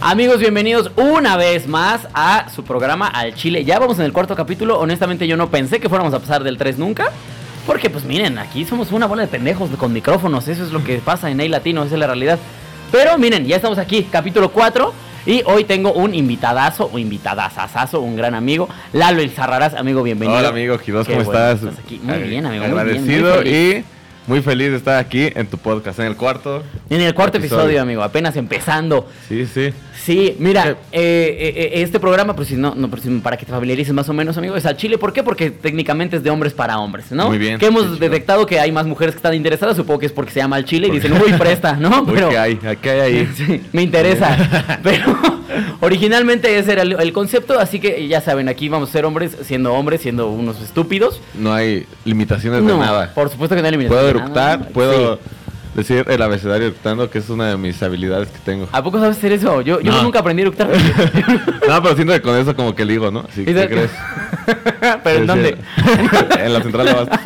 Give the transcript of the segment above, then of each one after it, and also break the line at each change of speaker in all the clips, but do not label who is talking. Amigos, bienvenidos una vez más a su programa Al Chile. Ya vamos en el cuarto capítulo. Honestamente, yo no pensé que fuéramos a pasar del 3 nunca. Porque, pues miren, aquí somos una bola de pendejos con micrófonos. Eso es lo que pasa en A Latino, esa es la realidad. Pero miren, ya estamos aquí, capítulo 4. Y hoy tengo un invitadazo o invitadazazazo, un gran amigo, Lalo El Zarraraz. Amigo, bienvenido.
Hola amigo, Quirós,
Qué
¿cómo
bueno
estás?
que estás aquí. Muy
Ag-
bien, amigo, muy bien, muy
Agradecido
feliz.
y muy feliz de estar aquí en tu podcast, en el cuarto.
En el cuarto
Episodio.
episodio, amigo, apenas empezando.
Sí, sí.
Sí, mira, eh, eh, eh, este programa, pues si no, no, por si- para que te familiarices más o menos, amigo, es al Chile. ¿Por qué? Porque técnicamente es de hombres para hombres, ¿no?
Muy bien,
Que
sí,
hemos
chico.
detectado que hay más mujeres que están interesadas, supongo que es porque se llama al Chile y
Porque-
dicen, uy, presta, ¿no?
Uy, ¿qué hay? ¿Qué hay ahí?
Sí, me interesa. Pero originalmente ese era el, el concepto, así que ya saben, aquí vamos a ser hombres siendo hombres, siendo unos estúpidos.
No hay limitaciones de nada.
por supuesto que no hay limitación
Puedo
de nada.
eructar, puedo
Sí.
decir el abecedario eructando, que es una de mis habilidades que tengo.
¿A poco sabes hacer eso? Yo, yo
No.
nunca aprendí a eructar.
no, pero siento que con eso como que ligo, ¿no? Sí,
Esa-
¿qué crees?
¿Pero en
Sí,
dónde?
sí. en la central de Abastos.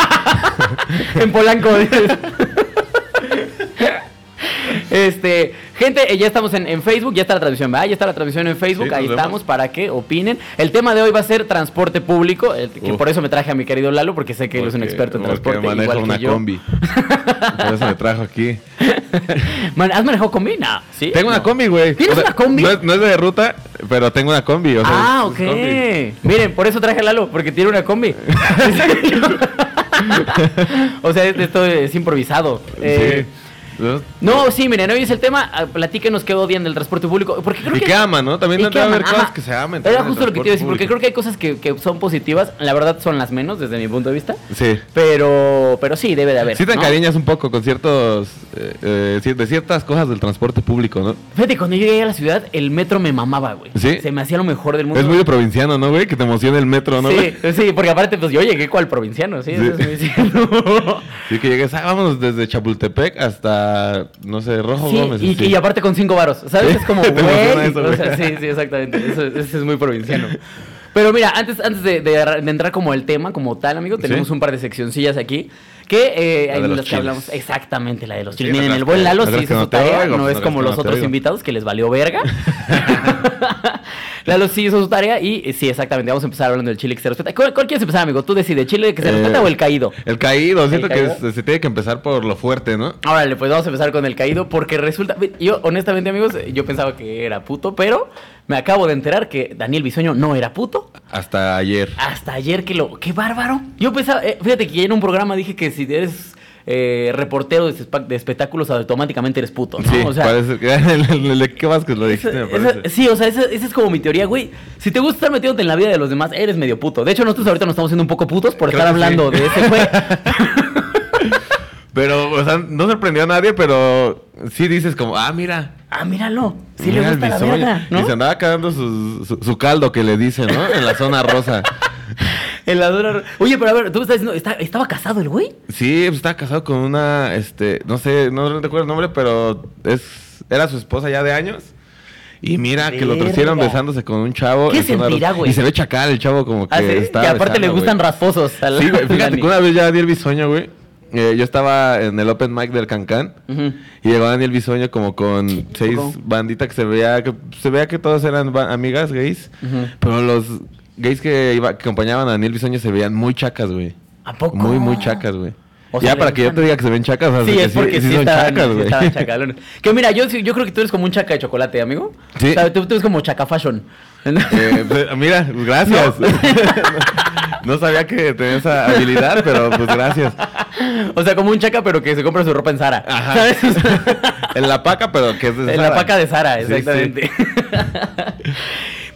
en Polanco. dices. este, gente, eh, ya estamos en, en Facebook, ya está la transmisión, ¿verdad? Ya está la transmisión en Facebook,
Sí, nos
ahí
vemos.
estamos para que opinen. El tema de hoy va a ser transporte público, eh, que
Uf.
por eso me traje a mi querido Lalo, porque sé que él es un
Porque-
experto en
porque
transporte,
manejo
igual que
una
yo.
combi. Por eso me trajo aquí.
Man, ¿Has manejado combi? No, ¿sí?
Tengo una
No.
combi, güey.
¿Tienes
O sea,
una combi?
No es, no es de ruta, pero tengo una combi. O sea,
Ah,
es-
ok.
es combi.
Miren, por eso traje a Lalo, porque tiene una combi. o sea, esto es improvisado. Eh,
sí. ¿No?
No, sí, miren, hoy es el tema. ah, Platíquenos qué odian del transporte público. Porque creo
Y
que,
que aman, ¿no? También
y
debe
que aman,
haber cosas
ajá.
que se
Era
amen. también en
justo lo que te iba a decir, porque creo
transporte
que hay cosas que, que son positivas. La verdad son las menos, desde mi punto de vista.
público. Sí.
Pero, pero sí, debe de haber.
sí te
¿no?
encariñas un poco con ciertos... eh, eh, cier- de ciertas cosas del transporte público, ¿no?
Fíjate, cuando yo llegué a la ciudad, el metro me mamaba, güey.
¿Sí?
Se me hacía lo mejor del mundo.
Es muy de provinciano, ¿no, güey? Que te emociona el metro, ¿no? güey?
Sí, sí, porque aparte, pues yo llegué cual provinciano, sí,
Sí.
eso es muy cierto.
Sí, que llegues, ah, vámonos desde Chapultepec hasta, no sé, Rojo
Sí,
Gómez.
y,
así.
y aparte con cinco varos, ¿sabes?
Sí,
Es como,
te emociona
güey.
eso,
o
güey.
sea, sí, sí, exactamente. Eso, eso es muy provinciano. Pero mira, antes, antes de, de arra- de entrar como el tema, como tal, amigo, tenemos
Sí.
un par de seccioncillas aquí. Que eh,
La
hay las
de los
que
chiles.
hablamos. Exactamente, la de los
Sí,
chiles.
la
Miren,
verdad
el
es que-
buen Lalo
la
sí
verdad es que
hizo
no
su
te
tarea.
oigo,
no
pues,
es
la
como
verdad es que
los
no te
otros
oigo.
invitados que les valió verga. Lalo sí hizo su tarea y eh, sí, exactamente. Vamos a empezar hablando del chile que se respeta. ¿Cuál, cuál quieres empezar, amigo? Tú decides, ¿chile que se
Eh,
respeta o el caído?
El caído, siento que
caído?
es- se tiene que empezar por lo fuerte, ¿no?
Órale, pues vamos a empezar con el caído porque resulta, yo honestamente amigos, eh, yo pensaba que era puto, pero me acabo de enterar que Daniel Bisoño no era puto
Hasta ayer.
hasta ayer que lo, qué bárbaro. Yo pensaba, eh, fíjate que en un programa dije que si eres eh, reportero de, espa- de espectáculos automáticamente eres puto, ¿no?
Sí,
o sea,
parece que el, el, el- ¿qué más que lo
esa-
dijiste? me
esa-
parece.
sí, o sea, esa, esa es como mi teoría, güey. Si te gusta estar metiéndote en la vida de los demás, eres medio puto. De hecho, nosotros ahorita nos estamos haciendo un poco putos por
Creo
estar
que sí.
hablando de ese güey.
Pero, o sea, no sorprendió a nadie, pero sí dices como, ah, mira.
Ah, míralo. Sí
mira
le
el
gusta la
bisoño.
verga, ¿no?
Y se andaba cagando su, su, su caldo que le dicen, ¿no? En la zona rosa.
El adora- Oye, pero a ver, tú me estás diciendo, ¿está- ¿estaba casado el güey?
Sí, pues estaba casado con una, este, no sé, no recuerdo el nombre, pero es, era su esposa ya de años. Y mira que lo torcieron
Verga.
besándose con un chavo.
¿Qué
en zona
sentirá,
rosa.
güey?
Y se ve chacal el chavo como que
Ah, sí,
está
que aparte le
besando,
gustan
güey.
rasposos. a la-
Sí, güey, fíjate
Dani.
que una vez ya Daniel Bisoño, güey. eh, yo estaba en el open mic del Cancán
Ujú.
y llegó Daniel Bisoño como con seis
Ujú.
banditas que se veía que se veía que todas eran ba- amigas gays,
Ujú.
pero los gays que, iba- que acompañaban a Daniel Bisoño se veían muy chacas, güey.
¿A poco?
Muy muy chacas, güey.
O sea,
ya
le
para que yo
gustan.
te diga que se ven chacas, o sea,
Sí,
que
es porque sí,
son
estaban, sí
güey.
estaban chacalones. Que mira, yo, sí- yo creo que tú eres como un chaca de chocolate, amigo.
Sí.
O sea, tú, tú eres como chaca fashion.
Eh, pues, mira, pues, gracias. No. sabía que tenía esa habilidad, pero pues gracias.
o sea, como un chaca, pero que se compra su ropa en Zara.
Ajá.
¿Sabes? O sea,
en la paca, pero que es de
en la
Zara.
paca de Zara,
Sí, sí.
exactamente.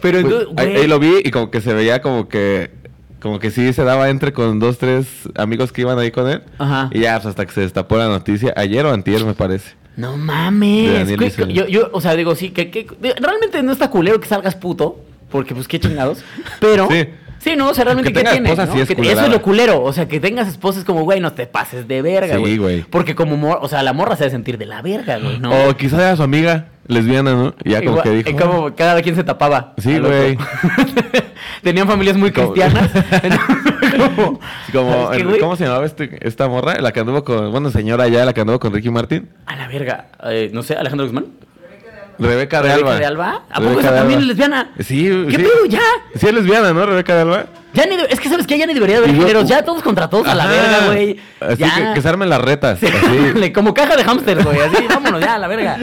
pero
Pues,
entonces,
ahí,
güey,
ahí lo vi y como que se veía como que como que sí se daba entre con dos, tres amigos que iban ahí con él.
Ajá.
Y ya, pues hasta que se destapó la noticia. Ayer o antier, me parece.
No
De
mames.
Daniel
Cu-
Bisoño.
Yo, yo, o sea, digo, sí, que, que- de- realmente no está culero que salgas puto, porque pues qué chingados. Pero. Sí.
Sí.
no, o sea, realmente
Que
¿qué
tenga
tiene?
esposa
no?
sí es
Que- eso
culerada.
es lo culero. O sea, que tengas esposa es como, güey, no te pases de verga,
Sí,
güey.
güey.
Porque como mor- o sea, la morra se debe sentir de la verga, güey, ¿no?
O quizás era su amiga lesbiana, ¿no? Y ya como
Igual-
que dijo.
eh, como cada quien se tapaba.
Sí,
al otro.
güey.
Tenían familias muy
Como-
cristianas. entonces, como,
Sí, Como,
¿sabes qué,
el-
güey?
¿Cómo se llamaba este, esta morra? La que anduvo con, bueno, señora ya, la que anduvo con Ricky Martin.
A la verga. Eh, no sé, Alejandro Guzmán.
Rebeca de
¿Rebeca
Alba.
de Alba? ¿A poco
Rebeca
esa
de
también
Alba.
es lesbiana?
Sí,
¿Qué
sí.
pedo ya?
Sí es lesbiana, ¿no? Rebeca de Alba.
Ya ni de- es que sabes que ya ni debería haber
Y yo-
géneros, ya todos contra todos a la
Ajá.
verga, güey.
Así
Ya.
que, que se armen las retas.
Sí,
así.
ándale, como caja de hámster, güey, así, vámonos ya a la verga.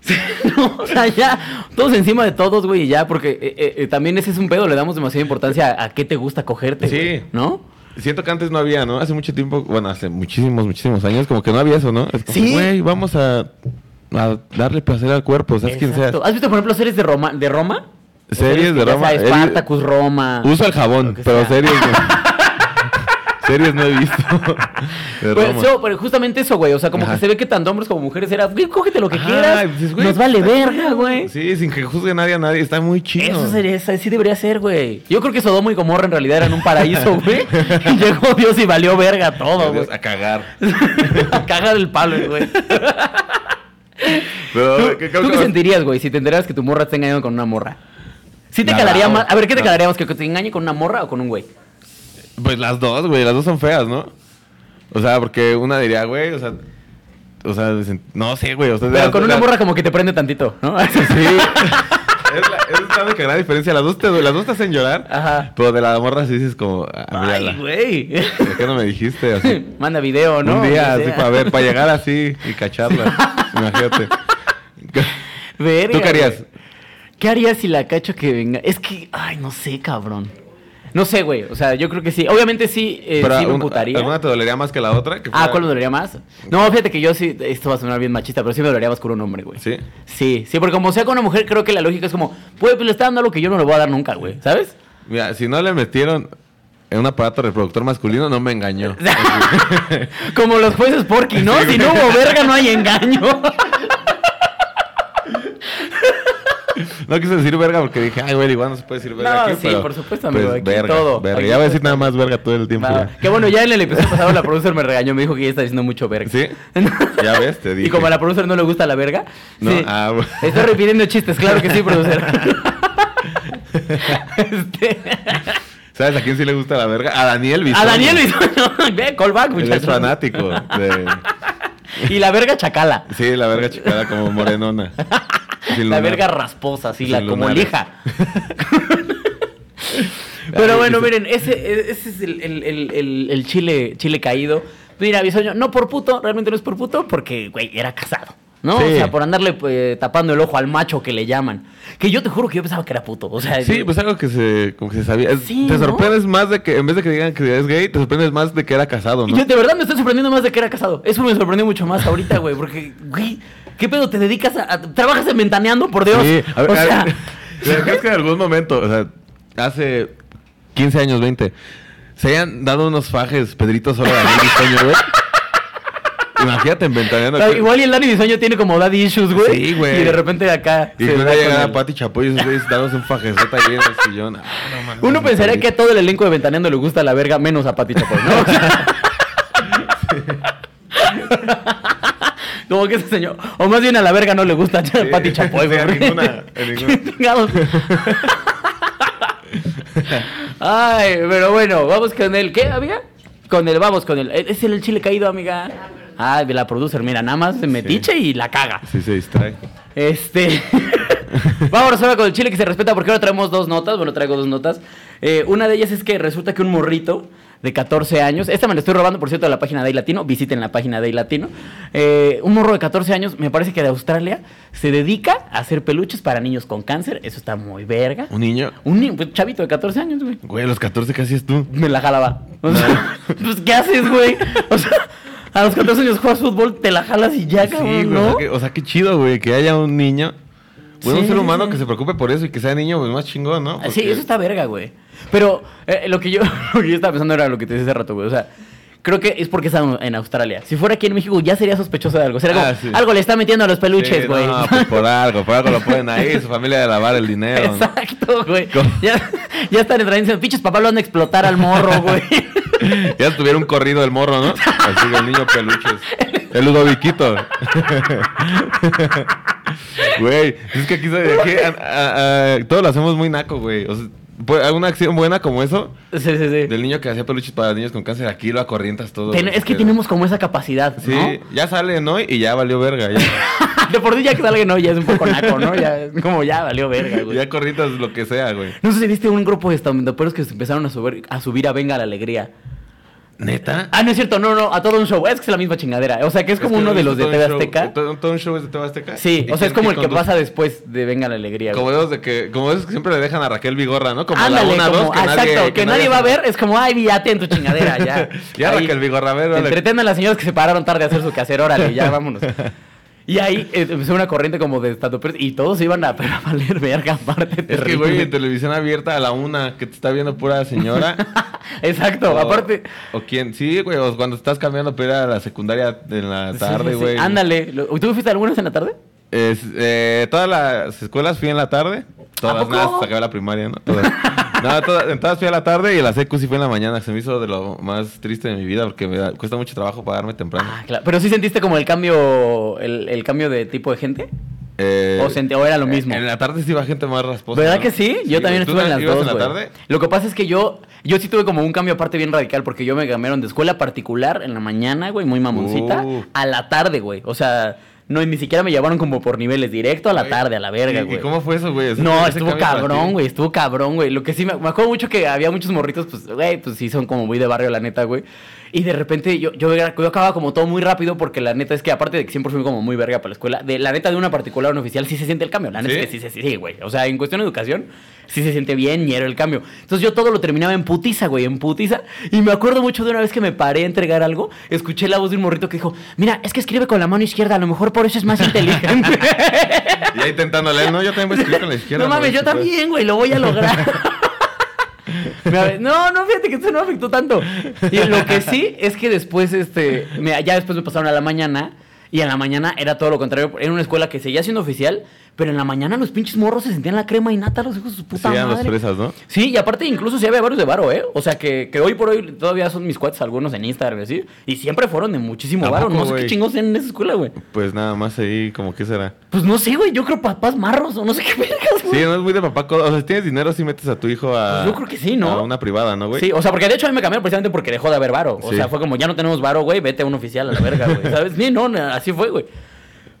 Sí, no, o sea, ya, todos encima de todos, güey, y ya, porque eh, eh, eh, también ese es un pedo, le damos demasiada importancia a, a qué te gusta cogerte,
Sí.
güey, ¿no?
Siento que antes no había, ¿no? Hace mucho tiempo, bueno, hace muchísimos, muchísimos años, como que no había eso, ¿no? Es como,
Sí.
güey, vamos a, a darle placer al cuerpo, ¿sabes quién seas?
Exacto. ¿Has visto, por ejemplo, series de Roma? De Roma? O
Series de
ya
Roma.
sea
he vi-
Spartacus, Roma.
Uso el jabón,
Ah. Lo que
pero
sea.
series no. series no he visto. De
Pues,
Roma.
so, pero justamente eso, güey. O sea, como
Ajá.
que se ve que tanto hombres como mujeres era, güey, cógete lo que
Ajá,
quieras.
dices, pues, güey,
nos vale
está
verga,
chido.
güey.
Sí, sin que juzgue nadie a nadie, está muy chido.
Eso sería, esa- sí debería ser, güey. Yo creo que Sodoma y Gomorra en realidad eran un paraíso, güey. Y Llegó Dios y valió verga todo, güey.
Dios, a cagar.
Caga del palo, güey.
Pero,
¿Tú,
¿qué-
tú qué
qué-
sentirías, güey, si te enteras que tu morra está engañando con una morra? ¿Sí te
No,
calaría más? A ver, ¿qué te
no.
calaría más? ¿Que te engañe con una morra o con un güey?
Pues las dos, güey, las dos son feas, ¿no? O sea, porque una diría, güey, o sea, o sea, dicen, no sé, güey, o sea,
Pero
las-
con una
las-
morra como que te prende tantito, ¿no?
Sí. es la, es la única gran diferencia, las dos te las dos te hacen llorar,
Ajá.
pero de la morra sí dices como, ah, mírala,
Ay, güey.
¿por qué no me dijiste así?
Manda video, ¿no?
Un día,
O
así,
sea.
para ver, para llegar así y cacharla. Imagínate.
Verga,
¿Tú qué harías?
güey. ¿Qué harías si la cacho que venga? Es que, ay, no sé, cabrón. No sé, güey. O sea, yo creo que sí. Obviamente sí, eh,
Pero
sí me
un-
emputaría.
¿Alguna te dolería más que la otra? Que
Ah,
fuera-
¿cuál me dolería más? No, fíjate que yo sí, esto va a sonar bien machista, pero sí me dolería más con un hombre, güey.
¿Sí?
Sí, sí, porque como sea con una mujer, creo que la lógica es como, pues, pues le está dando algo que yo no le voy a dar nunca, güey, ¿sabes?
Mira, si no le metieron en un aparato reproductor masculino, no me engañó.
como los jueces Porky, ¿no?
Sí,
si
güey.
no hubo verga, no hay engaño.
No quise decir verga porque dije, ay, güey, igual no se puede decir verga.
No,
aquí,
sí,
pero, pues
por supuesto, amigo, aquí
verga,
todo,
verga.
aquí
ya voy a decir nada más verga todo el tiempo.
Va.
ya.
Que bueno, ya en el episodio pasado la producer me regañó, me dijo que ya está diciendo mucho verga.
¿Sí? Ya ves, te
Y
dije.
como a la producer no le gusta la verga.
No,
sí.
ah, bueno.
Estoy repitiendo chistes, claro que sí, producer. Este,
¿Sabes a quién sí le gusta la verga? A Daniel Bisoño.
a Daniel Bisoño. Ve, callback,
Él es
muchachos.
fanático de...
Y la verga chacala.
Sí, la verga chicada como morenona. Sin
la
lunar.
verga rasposa, así,
Sin
la como
lunares.
lija. Pero
Ay,
bueno,
dice-
miren, ese, ese es el, el- el- el- el chile, chile caído. Mira, Bisoño, no por puto, realmente no es por puto, porque, güey, era casado. ¿No?
Sí.
O sea, por andarle pues, tapando el ojo al macho que le llaman. Que yo te juro que yo pensaba que era puto. O sea,
Sí, pues algo que se, como que se sabía. Es-
Sí,
te
¿no?
sorprendes más de que, en vez de que digan que es gay, te sorprendes más de que era casado,
y
¿no?
yo de verdad me estoy sorprendiendo más de que era casado. Eso me sorprendió mucho más ahorita, güey, porque, güey, ¿qué pedo te dedicas a, a- trabajas en ventaneando, por Dios?
Sí, a ver,
o
a ver,
sea,
¿crees que en algún momento, o sea, hace 15 años, 20, se hayan dado unos fajes Pedrito solo a Daniel Bisoño, güey? Imagínate en Ventaneando.
o sea,
que-
igual y el Dani Bisoño tiene como daddy issues, güey.
Sí, güey.
Y de repente acá.
Y
se
que una
da con
llegara
el-
Pati Chapoy y esos güeyes dándose un fajezota ahí en el sillón. Ah, no mames,
Uno
mi
pensaría que
Pedrito.
a todo el elenco de Ventaneando le gusta la verga, menos a Pati Chapoy, ¿no? O sea, Como que ese señor, o más bien a la verga no le gusta a
Sí,
Pati Chapoy,
sí, a
güey.
ninguna, a ninguna.
Qué chingados. Ay, pero bueno, vamos con el, ¿qué había? Con el, vamos con el, es el chile caído, amiga. Ah, de la producer, mira, nada más se metiche y la caga.
Sí, se distrae.
Este. Vámonos ahora con el chile que se respeta porque ahora traemos dos notas. Bueno, traigo dos notas. Eh, una de ellas es que resulta que un morrito de 14 años, esta me la estoy robando por cierto de la página de Day Latino, visiten la página de Day Latino. Eh, un morro de 14 años, me parece que de Australia, se dedica a hacer peluches para niños con cáncer. Eso está muy verga.
Un niño.
Un ni- pues, chavito de 14 años, güey.
Güey, a los 14 casi es tú.
Me la jalaba. O sea, pues, ¿qué haces, güey? O sea, a los 14 años juegas fútbol, te la jalas y ya,
Sí,
cabrón,
güey, o,
¿no?
sea, que- o sea, qué chido, güey, que haya un niño. Güey,
Sí,
un ser
sí,
humano
sí.
que se preocupe por eso y que sea niño, pues más chingón, ¿no?
Ah, Sí,
Porque-
eso está verga, güey. Pero eh, lo, que yo, lo que yo estaba pensando era lo que te decía hace rato, güey. O sea, creo que es porque está en Australia. Si fuera aquí en México ya sería sospechoso de algo. Sería como,
Ah, sí.
algo le está metiendo a los peluches,
Sí,
güey.
No, pues por algo, por algo lo ponen ahí, su familia de lavar el dinero. ¿no?
Exacto, güey.
¿Cómo?
Ya, ya están entrando y dicen, pinches papá lo van a explotar al morro, güey.
Ya estuviera un corrido el morro, ¿no? Así que el niño peluches. El Ludoviquito. Güey, es que aquí, se- aquí, a- a- a- todos lo hacemos muy naco, güey. O sea, pues, alguna acción buena como eso,
sí, sí, sí.
del niño que hacía peluches para niños con cáncer, aquí lo acorrientas todo.
Ten-
güey.
es que tenemos como esa capacidad,
Sí,
¿no?
ya salen hoy y ya valió verga. ya.
De por sí ya que salga, no, ya es un poco naco, ¿no? Ya es como ya valió verga, güey.
Ya corritas lo que sea, güey.
No sé si viste un grupo de estandoperos que se empezaron a subir a, subir a Venga la Alegría.
¿Neta?
Ah, no es cierto, no, no, a todo un show. Es que es la misma chingadera. O sea, que es como
que
uno
no
de
he
los de
visto
TV
todo un show-
Azteca.
Todo, todo un show es de TV Azteca.
Sí,
¿Y
o sea, es
quién-
como el
quién
que
conduce?
pasa después de Venga la Alegría. güey.
Como esos de que, como esos que siempre le dejan a Raquel Vigorra, ¿no? Como a
Ándale,
la una,
como,
dos, que
ah,
nadie,
exacto, que, nadie va a
hace-
ver, es como, ay, ya en tu chingadera, ya.
ya
Ahí,
Raquel Vigorra, a ver,
se
órale.
entretengan a las señoras que se pararon tarde a hacer su casero, órale, ya vámonos. Y ahí eh, empezó una corriente como de estandoperos y todos se iban a, pero a valer verga aparte.
Es que,
terrible.
güey, en televisión abierta a la una, que te está viendo pura señora.
Exacto,
o-
aparte.
¿O quién? Sí, güey, o cuando estás cambiando para ir a la secundaria en la
Sí,
tarde,
sí,
güey.
Ándale. lo- ¿Tú fuiste algunas en la tarde?
Es, eh, todas las escuelas fui en la tarde. Todas,
poco?
nada, hasta acabé la primaria, ¿no? Todas. no, todas, en todas fui a la tarde y en la secu sí fui en la mañana. Se me hizo de lo más triste de mi vida porque me da- cuesta mucho trabajo pagarme temprano.
Ah, claro. Pero sí sentiste como el cambio, el, el cambio de tipo de gente.
Eh,
o sent- o era lo mismo.
En la tarde sí va gente más rasposa.
¿Verdad
¿no?
que sí? Yo también
güey. ¿Tú
estuve en las
ibas
dos.
en la
güey.
tarde?
Lo que pasa es que yo, yo sí tuve como un cambio aparte bien radical, porque yo me cambiaron de escuela particular en la mañana, güey, muy mamoncita,
Uh.
a la tarde, güey. O sea, no, ni siquiera me llevaron como por niveles, directo a la
Güey,
tarde, a la verga,
¿Y-
güey.
¿Y cómo fue eso, güey? O sea,
No,
ese
estuvo
cambio para ti.
cabrón, güey, estuvo cabrón, güey. Lo que sí, me, me acuerdo mucho que había muchos morritos, pues, güey, pues sí son como muy de barrio, la neta, güey. Y de repente yo, yo, era- yo acababa como todo muy rápido porque la neta es que aparte de que siempre fui como muy verga para la escuela, de la neta de una particular a una oficial sí se siente el cambio, la neta
¿Sí?
es que sí se sí, sí, güey. O sea, en cuestión de educación sí se siente bien ñero el cambio. Entonces yo todo lo terminaba en putiza, güey, en putiza. Y me acuerdo mucho de una vez que me paré a entregar algo, escuché la voz de un morrito que dijo, mira, es que escribe con la mano izquierda, a lo mejor por eso es más inteligente.
Y ahí intentando leer, no, yo también voy a escribir con la izquierda.
No mames,
güey, Pues,
yo
si puedes.
también, güey, lo voy a lograr. Me ave- No, no, fíjate que esto no me afectó tanto. Y lo que sí es que después, este, me- ya después me pasaron a la mañana. Y en la mañana era todo lo contrario. Era una escuela que seguía siendo oficial, pero en la mañana los pinches morros se sentían la crema y nata, los hijos de su puta
pues, Sí, eran los
madre.
fresas, ¿no?
Sí, y aparte incluso sí había varios de varo, ¿eh? O sea, que, que hoy por hoy todavía son mis cuates algunos en Instagram y así. Y siempre fueron de muchísimo
¿A
varo.
poco,
No sé qué
güey?
chingos en esa escuela, güey.
Pues nada más ahí, como que será.
Pues no sé, güey. Yo creo papás marros o no sé qué vergas, güey.
Sí, no es muy de papá. codo. O sea, si tienes dinero, sí metes a tu hijo a.
Pues yo creo que sí, ¿no?
A una privada, ¿no, güey?
Sí, o sea, porque de hecho a mí me cambiaron precisamente porque dejó de haber varo. O
Sí.
sea, fue como, ya no tenemos varo, güey, vete a un oficial a la verga, güey. ¿Sabes? Sí, no, na- así fue, güey.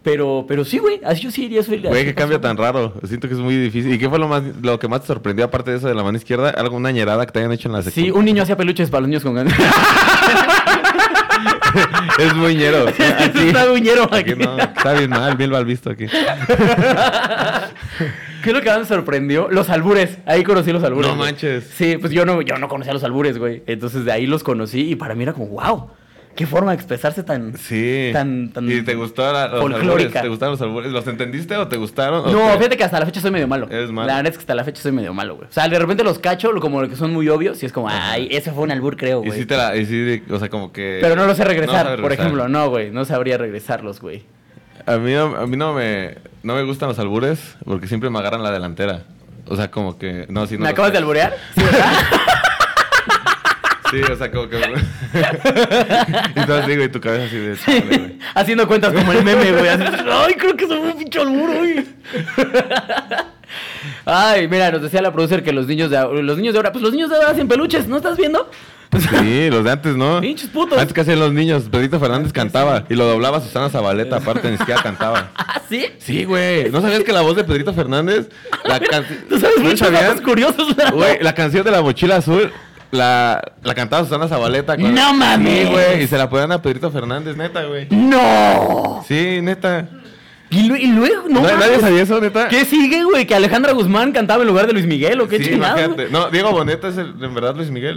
Pero, pero sí, güey, así yo sí iría soy
Güey, qué cambio tan raro. Siento que es muy difícil. ¿Y qué fue lo más lo que más te sorprendió aparte de eso de la mano izquierda? ¿Alguna ñerada que te hayan hecho en la
Sí,
secundaria?
un niño hacía peluches para los niños con ganas.
es muy ñero.
Eso está buñero
Aquí
aquí.
no, está bien mal, bien mal visto aquí.
¿Qué es lo que más me sorprendió? Los albures. Ahí conocí los albures.
No
güey.
manches.
Sí, pues yo no, yo no conocía los albures, güey. Entonces de ahí los conocí y para mí era como, wow, qué forma de expresarse tan.
Sí.
Tan- tan
¿Y te gustaron la- los
folclórica.
albures? ¿Te gustaron los albures? ¿Los entendiste o te gustaron?
No,
¿O te-
fíjate que hasta la fecha soy medio malo.
Eres malo.
La verdad es que hasta la fecha soy medio malo, güey. O sea, de repente los cacho, lo- como que son muy obvios, y es como,
Ajá.
ay, ese fue un albur, creo,
Y
güey.
sí te la, y sí, o sea, como que...
Pero no lo sé regresar,
sabes
por
regresar.
ejemplo. No, güey, no sabría regresarlos, güey.
A mí, no, a mí no, me, no me gustan los albures porque siempre me agarran la delantera. O sea, como que... No, sí, no
¿Me
los
acabas
sé.
de alburear? Sí, ¿verdad?
Sí, o sea, como que... Entonces digo, y tu cabeza así de... "Chale, güey".
Haciendo cuentas como el meme, güey. así, ay, creo que soy un pinche albur, güey. ay, mira, nos decía la producer que los niños de ahora, los niños de ahora, pues los niños de ahora hacen peluches, ¿no estás viendo?
Sí, los de antes, ¿no?
Pinches putos.
Antes que hacían los niños, Pedrito Fernández cantaba y lo doblaba Susana Zabaleta, aparte ni siquiera cantaba.
¿Ah, sí?
Sí, güey. ¿No sabías que la voz de Pedrito Fernández? La can-
Tú sabes
¿No
muchos
sabían?
datos curiosos, ¿verdad?
Güey, la canción de la mochila azul la, la cantaba Susana Zabaleta. cuando-
¡No mames!
Sí, güey. Y se la ponían a Pedrito Fernández, neta, güey.
¡No!
Sí, neta.
Y, lu- y luego, no,
No, ¿Nadie
mames.
sabía eso, neta?
¿Qué sigue, güey? ¿Que Alejandra Guzmán cantaba en lugar de Luis Miguel o qué
Sí,
chingado?
imagínate.
güey?
No, Diego Boneta es el- en verdad Luis Miguel.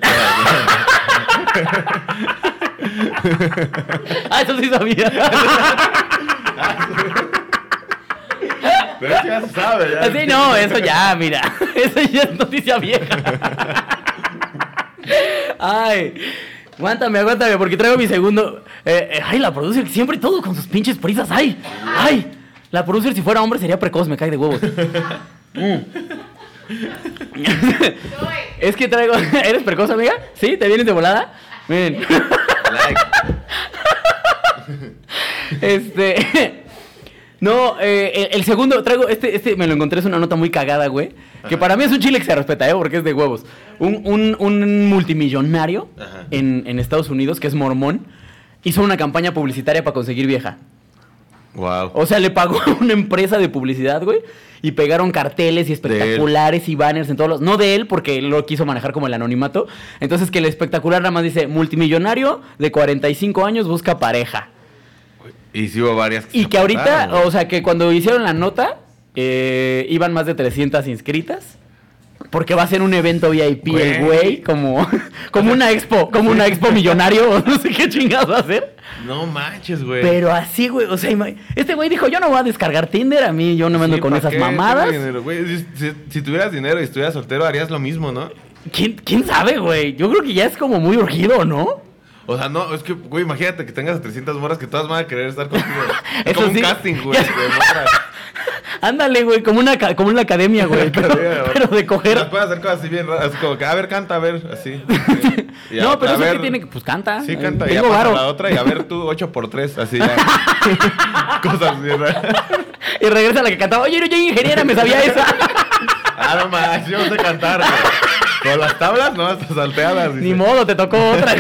Ah, eso sí sabía.
Pero eso ya se sabe, ya.
Así no, eso ya, mira. Eso ya es noticia vieja. Ay. Aguántame, aguántame, porque traigo mi segundo. Eh, eh, ay, la producer, que siempre todo con sus pinches prisas. Ay, ay. La producer, si fuera hombre, sería precoz, me cae de huevos. Mm.
Soy.
es que traigo. ¿Eres precoz, amiga? ¿Sí? ¿Te vienes de volada? Miren.
Like.
Este. No, eh, el, el segundo traigo, este, este me lo encontré, es una nota muy cagada, güey. Que para mí es un chile que se respeta, ¿eh? Porque es de huevos. Un, un- un multimillonario
Ajá.
en, en Estados Unidos, que es mormón, hizo una campaña publicitaria para conseguir vieja.
Wow.
O sea, le pagó a una empresa de publicidad, güey. Y pegaron carteles y espectaculares y banners en todos los. No de él, porque él lo quiso manejar como el anonimato. Entonces, que el espectacular nada más dice: multimillonario de 45 años busca pareja.
Y sí hubo varias
Y
se
que ahorita,
apartaron, güey.
o sea, que cuando hicieron la nota, eh, iban más de 300 inscritas. Porque va a ser un evento VIP, el
Güey.
güey, como, como una expo, como una expo millonario, o no sé qué chingados va a hacer.
No manches, güey.
Pero así, güey, o sea, ima- este güey dijo, yo no voy a descargar Tinder, a mí yo no me ando
Sí,
con
¿pa'
esas
qué
mamadas.
tengo dinero, güey? Si, si- si tuvieras dinero y estuvieras soltero, harías lo mismo, ¿no?
¿Quién, quién sabe, güey? Yo creo que ya es como muy urgido, ¿no?
O sea, no, es que, güey, imagínate que tengas 300 moras que todas van a querer estar contigo. Es
Eso
como un
sí.
casting, güey,
Ya-
de moras.
Ándale, güey, como una, ca- como una academia, güey, pero, pero de
Las
coger...
puedes hacer cosas así bien raras, así como que, a ver, canta, a ver, así. Y a-
No, pero
a
eso que
ver,
tiene que... Pues canta.
Sí,
eh,
canta, y ya
Tengo
pasa
varo.
la otra, y a ver tú, 8 por 3 así ya. cosas así, ¿verdad?
Y regresa la que cantaba, oye, yo, yo ingeniera, me sabía esa.
Ah, no más, yo no sé cantar, güey. Con las tablas, no, hasta salteadas.
Ni
dice.
modo, te tocó otra.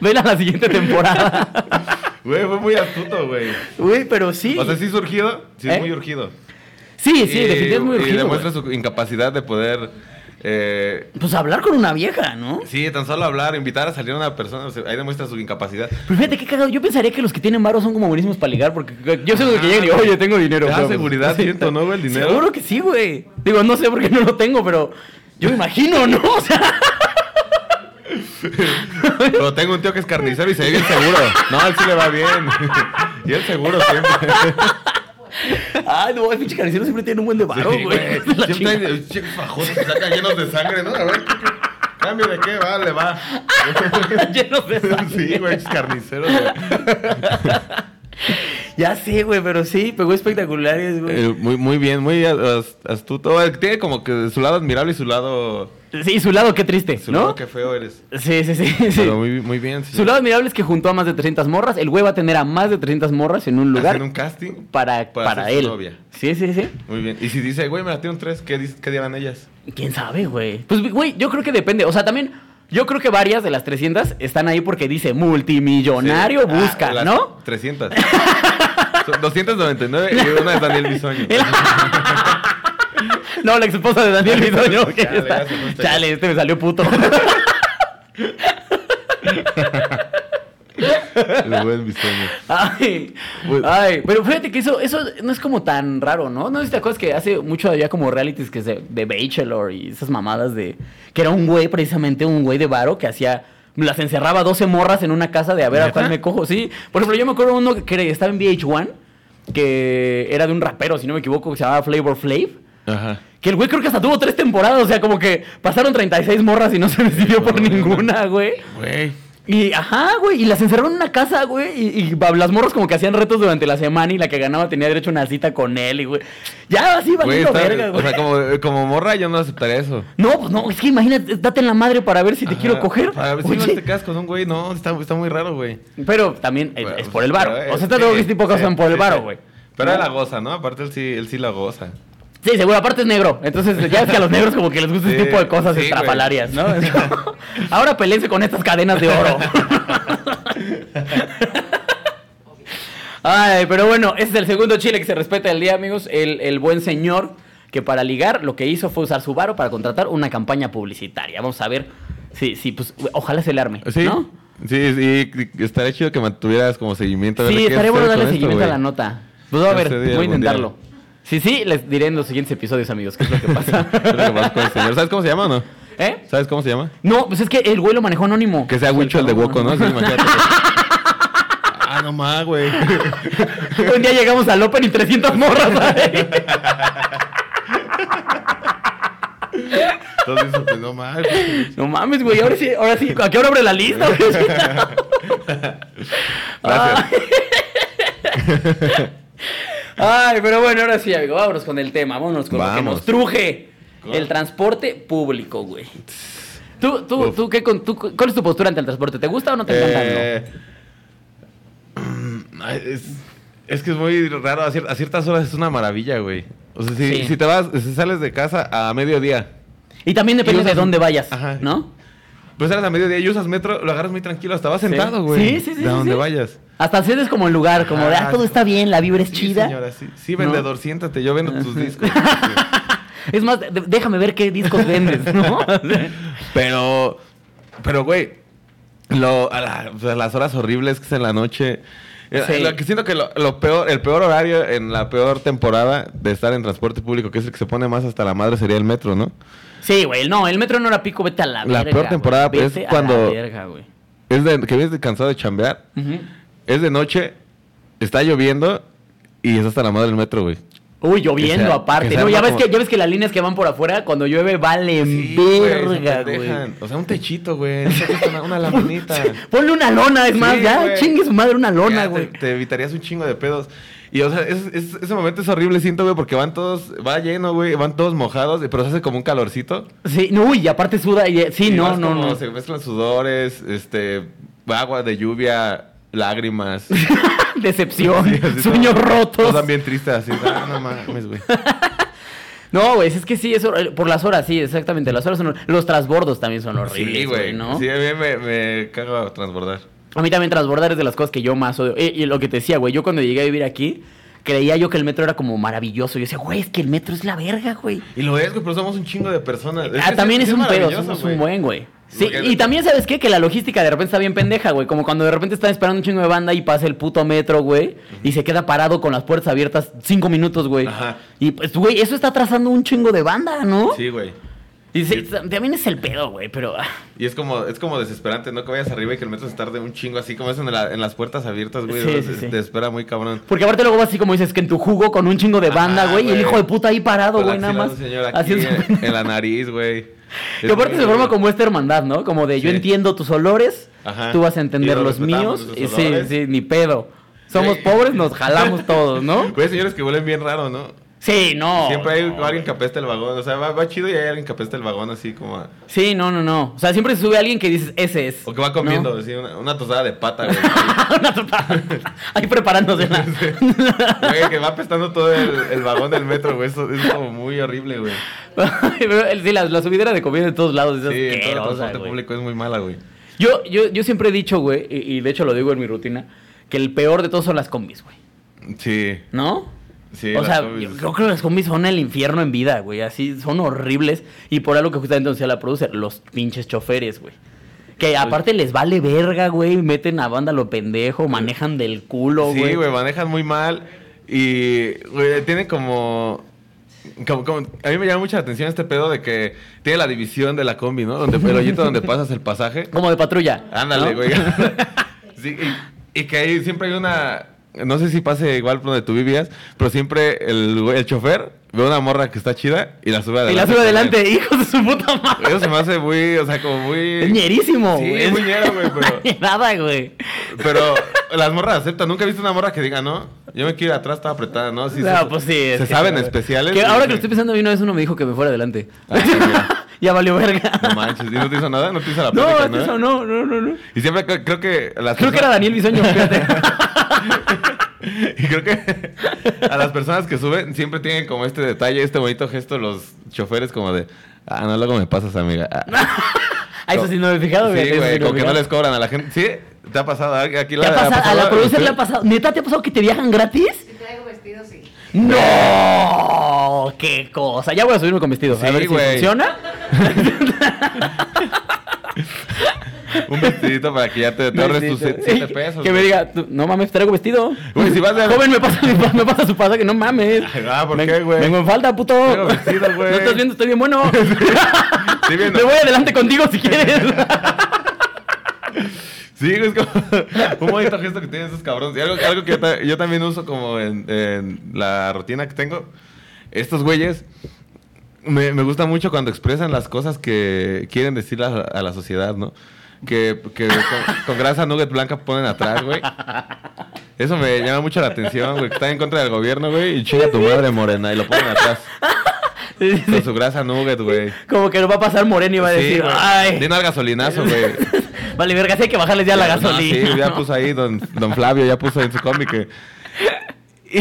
Ven a la siguiente temporada.
Güey, fue muy astuto, güey.
Uy, pero sí.
O sea, sí es urgido, sí es
¿Eh?
muy urgido.
sí, sí,
Y-
definitivamente es muy
Y
urgido,
demuestra
güey.
su incapacidad de poder. eh,
Pues hablar con una vieja, ¿no?
sí, tan solo hablar, invitar a salir a una persona, o sea, ahí demuestra su incapacidad.
Pero Pues fíjate qué cagado. Yo pensaría que los que tienen varo son como buenísimos para ligar, porque yo sé que llegan y oye, tengo dinero.
Te da
pero, pues,
seguridad,
sí,
siento, ¿no, güey, el dinero?
Seguro que sí, güey. Digo, no sé por qué no lo tengo, pero yo me imagino, ¿no? O sea,
Pero tengo un tío que es carnicero y se ve bien seguro. No, a él sí le va bien. y él seguro siempre.
ay, no, el pinche carnicero siempre tiene un buen de varo,
Sí,
güey.
güey.
La
Siempre
chingada.
hay chicos fajosos que sacan llenos de sangre, ¿no? A ver, ¿qué- qué- cambio de qué, va, le va.
Llenos de sangre.
sí, güey, es carnicero, güey.
Ya sé, güey, pero sí, pegó espectaculares, güey.
Eh, muy, muy bien, muy as- astuto. Eh, Tiene como que su lado admirable y su lado.
Sí, su lado, qué triste,
Su
¿no?
lado que feo eres.
Sí, sí, sí. sí.
Pero muy, muy bien. sí.
Su lado admirable es que juntó a más de 300 morras. El güey va a tener a más de 300 morras en un lugar
Haciendo un casting.
para,
para
para,
ser su
él.
novia.
Sí, sí, sí.
Muy bien. Y si dice, güey, me latieron tres, ¿qué, dis- qué dirán ellas?
¿Quién sabe, güey? Pues, güey, yo creo que depende. O sea, también, yo creo que varias de las 300 están ahí porque dice multimillonario
Sí. Ah,
busca,
las
¿no?
300. Son 299 y una es Daniel Bisoño.
No, la esposa de Daniel Bisoño. que
Chale,
está-
ya se fue.
Chale, este me salió puto.
El buen Bisoño.
Ay,
Pues-
ay, pero fíjate que eso, eso no es como tan raro, ¿no? No sé si te acuerdas que hace mucho había como realities que se, de Bachelor y esas mamadas de. que era un güey, precisamente un güey de varo que hacía. las encerraba 12 morras en una casa de a ver a
¿Neta?
cuál me cojo, sí. Por ejemplo, yo me acuerdo uno que, que estaba en VH1, que era de un rapero, si no me equivoco, que se llamaba Flavor Flav.
Ajá.
Que el güey creo que hasta tuvo tres temporadas, o sea, como que pasaron 36 morras y no se decidió por
Bueno.
ninguna, güey.
Güey.
Y, ajá, güey, y las encerraron en una casa, güey, y, y ba- las morros como que hacían retos durante la semana y la que ganaba tenía derecho a una cita con él, y güey. Ya, así
Güey,
valiendo
está-
verga,
o
güey.
sea, como, como morra yo no aceptaría eso.
No, pues no, es que imagínate, date en la madre para ver si te
Ajá.
quiero coger.
A ver, si no
Oye,
te casas con un güey, no, está, está muy raro, güey.
Pero también es,
Bueno,
es por el varo.
pero, eh,
O sea, te
sí,
lo que este tipo de cosas
sí,
son por el
sí,
varo,
sí.
güey.
Pero él
¿No?
la goza, ¿no? Aparte él sí, él sí la goza.
Sí, seguro, aparte es negro. Entonces, ya es que a los negros como que les gusta
Sí,
este tipo de cosas
sí, güey.
estrafalarias, ¿no? Es como, ahora peleense con estas cadenas de oro. Ay, pero bueno, ese es el segundo chile que se respeta el día, amigos. El, el buen señor que para ligar lo que hizo fue usar su varo para contratar una campaña publicitaria. Vamos a ver si, si pues, ojalá se le arme,
Sí.
¿no?
Sí, sí, estaría chido que mantuvieras como seguimiento. a ver
Sí,
qué
estaré
hacer
bueno
con
darle
esto,
seguimiento
güey.
a la nota. Pues a
No
ver, voy
sé,
a
algún día.
intentarlo. Sí, sí, les diré en los siguientes episodios, amigos, qué es lo que
Es lo que pasa
pasa.
con el señor. ¿Sabes cómo se llama o no?
¿Eh?
¿Sabes cómo se llama?
No, pues es que el güey lo manejó anónimo.
Que sea
O sea,
Wicho el de
cabrón.
Woco, ¿no? Sí, imagínate. ah, no más, güey.
Un día llegamos al Open y 300 morras ahí.
Entonces, pues, no más. güey.
No mames, güey, ahora sí, ahora sí, ¿a qué hora abre la lista? güey?
Gracias.
Ay, pero bueno, ahora sí, amigo, vámonos con el tema, vámonos con lo que
Vamos.
nos truje.
Claro.
El transporte público, güey. ¿Tú, tú,
Uf.
tú, qué, con- tú- ¿Cuál es tu postura ante el transporte? ¿Te gusta o no te encanta? no?
Eh, mm, ay, es, es que es muy raro. A, cier- a ciertas horas es una maravilla, güey. O sea, si,
Sí.
si te vas, si sales de casa a mediodía,
Y también depende
y
de
usas-
dónde vayas,
Ajá.
¿no?
pues sales a mediodía y usas metro, lo agarras muy tranquilo, hasta vas sentado,
Sí.
güey.
Sí, sí, sí,
De
sí,
donde
sí.
vayas.
Hasta sientes como el lugar, como de, ah,
Ah,
todo está bien, la vibra es
Sí,
chida.
señora, sí. Sí,
¿No?
vendedor, siéntate, yo vendo tus discos. Sí.
Es más, de- déjame ver qué discos vendes, ¿no?
Pero, pero, güey, lo, a, la- o sea, las horas horribles que es en la noche. Eh,
Sí.
lo que siento que lo, lo peor, el peor horario en la peor temporada de estar en transporte público, que es el que se pone más hasta la madre, sería el metro, ¿no?
Sí, güey, no, el metro no era pico, vete a la, verga.
La peor
güey.
temporada, pues,
Vete
es
a
cuando-
la verga, güey.
Es de, que vienes de- cansado de chambear,
Ujú.
es de noche, está lloviendo y es hasta la madre el metro, güey.
Uy, lloviendo
Que sea-
aparte.
que sea
no, ya
algo
ves que
como-
ya ves que las líneas que van por afuera cuando llueve valen verga, güey.
O sea, un techito, güey. Una, laminita.
Ponle una lona, es
Sí,
más, ya
güey.
chingue su madre una
Ya,
lona,
te-
güey.
Te, evitarías un chingo de pedos. Y, o sea, es- es- ese momento es horrible, siento, güey, porque van todos, va lleno, güey, van todos mojados, pero se hace como un calorcito.
Sí, no, uy, aparte suda y eh, sí,
Y
no,
vas
no,
como-
no.
Se mezclan sudores, este, agua de lluvia, lágrimas.
Decepción,
Sí, así
sueños
todo-
rotos.
Todos bien tristes, así. Ah, no mames, güey.
No, güey, es que sí, eso eh, por las horas, sí, exactamente, las horas son hor- los transbordos también son horribles,
Sí, güey.
¿no?
Sí, a mí me, me cago a transbordar.
A mí también transbordar es de las cosas que yo más odio. Eh, Y, lo que te decía, güey, yo cuando llegué a vivir aquí, creía yo que el metro era como maravilloso. Yo decía, güey, es que el metro es la verga, güey.
Y lo ves, güey, pero somos un chingo de personas.
ah,
que
también
sí-
es,
sí
un pedo,
maravilloso,
somos
güey.
un buen, güey. Sí,
Porque-
y también sabes qué, que la logística de repente está bien pendeja, güey. Como cuando de repente están esperando un chingo de banda y pasa el puto metro, güey. Y se queda parado con las puertas abiertas cinco minutos, güey.
Ajá.
Y pues, güey, eso está atrasando un chingo de banda, ¿no?
Sí, güey.
Y sí,
Sí.
también es el pedo, güey, pero... ah,
Y es como, es como desesperante, ¿no? Que vayas arriba y que el metro se tarde un chingo, así como es en, la- en las puertas abiertas, güey.
Sí,
o sea,
sí,
se-
sí.
Te espera muy cabrón.
Porque aparte luego vas así como dices, que en tu jugo con un chingo de banda,
Ajá,
güey. Y el
güey.
hijo de puta ahí parado,
Con la
güey, nada
axila de
más.
un señor aquí
haciendo su
en, en la nariz, güey.
Que aparte se forma como esta hermandad, ¿no? Como de yo
Sí.
entiendo tus olores,
Ajá.
tú vas a entender
Y nos
los
respetamos
míos. Y
nuestros
sí,
olores.
sí, ni pedo. Somos
Sí.
pobres, nos jalamos todos, ¿no?
Güey, señores que huelen bien raro, ¿no?
Sí, no.
Siempre hay
no,
alguien que
güey.
apesta el vagón. O sea, va, va chido y hay alguien que apesta el vagón así como... a-
Sí, no, no, no. O sea, siempre se sube alguien que dices, ese es.
O que va
¿no?
comiendo, así, una, una tostada de pata, güey.
Una sopa. Ahí preparándose. la-
Güey, que va apestando todo el, el vagón del metro, güey. Eso es como muy horrible, güey.
sí, la, la subidera de comida de todos lados. Es
Sí, en todo el
asquerosa,
transporte
güey.
público es muy mala, güey.
Yo, yo, yo siempre he dicho, güey, y, y de hecho lo digo en mi rutina, que el peor de todos son las combis, güey.
Sí,
¿No?
sí.
o
las
sea,
combis.
yo, yo creo que las combis son el infierno en vida, güey. Así son horribles. Y por algo que justamente decía la producer, los pinches choferes, güey.
Pues
Que aparte les vale verga, güey. Meten a banda lo pendejo, manejan del culo, güey.
Pues Sí, güey, manejan muy mal. Y, güey, tiene como, como, como- A mí me llama mucha atención este pedo de que tiene la división de la combi, ¿no? Donde el hoyito donde pasas el pasaje.
Como de patrulla.
Ándale,
¿no?
güey. Sí, y, y que ahí siempre hay una. No sé si pase igual por donde tú vivías, pero siempre el, güey- el chofer ve una morra que está chida y la sube
Y
adelante.
la sube
también.
adelante, hijos de su puta madre.
Eso se me hace muy, o sea, como muy.
Es ñerísimo,
Sí,
güey.
es muy ñero, güey, pero.
Nada, güey.
Pero las morras aceptan. Nunca he visto una morra que diga, no, yo me quiero ir atrás, estaba apretada, ¿no? Sí,
No,
se,
pues sí,
Se
es que-
saben especiales.
Que
y
ahora que
dicen,
lo estoy pensando, a mí una vez uno me dijo que me fuera adelante.
"Ah, sí, mira,
ya valió verga.
No manches, ¿y no te hizo nada? ¿No te hizo la
No,
plática,
antes eso no, no, no, no.
Y siempre cre- creo que... a Las
Creo que era Daniel Bisoño, fíjate.
y creo que a las personas que suben siempre tienen como este detalle, este bonito gesto los choferes como de... Ah, no, luego me pasas, amiga. Ah,
A eso sí no me he fijado,
sí,
eso
güey,
me he
como que no
fijado.
les cobran a la gente. Sí, te ha pasado. Aquí
¿Te ha pasado? ¿A la producer
sí.
le ha pasado? ¿Neta te ha pasado que te viajan gratis?
Si traigo vestido, sí.
¡No! ¡Qué cosa! Ya voy a subirme con vestido. a
Sí,
ver si
güey.
funciona.
Un vestidito para que ya te, te ahorres tus 7 pesos.
Que me
güey.
diga, tú, no mames, traigo vestido.
Güey, si vas de-
Joven, me pasa, mi pa- me pasa su pasaje, no mames.
Ah, ¿por
Ven-
qué, güey?
Vengo en falta, puto.
Traigo vestido, güey.
No estás viendo, estoy bien bueno.
Sí, bien,
Me voy adelante contigo si quieres.
Sí, es como un bonito gesto que tienen esos cabrones. Y algo, algo que yo, ta- yo también uso como en, en la rutina que tengo. Estos güeyes me, me gusta mucho cuando expresan las cosas que quieren decir a, a la sociedad, ¿no? Que, que con, con grasa nugget blanca ponen atrás, güey. Eso me llama mucho la atención, güey. que Está en contra del gobierno, güey. Y chinga tu madre morena. Y lo ponen atrás.
Sí, sí,
Con
sí.
su grasa nugget, güey.
Como que lo va a pasar Moreno y va a
Sí,
decir,
güey.
ay.
Dino al gasolinazo, güey.
Vale, verga, sí hay que bajarles ya la
No,
gasolina.
sí, ya pues,
¿no?
puso ahí, don, don Flavio ya puso ahí en su cómic que... Y,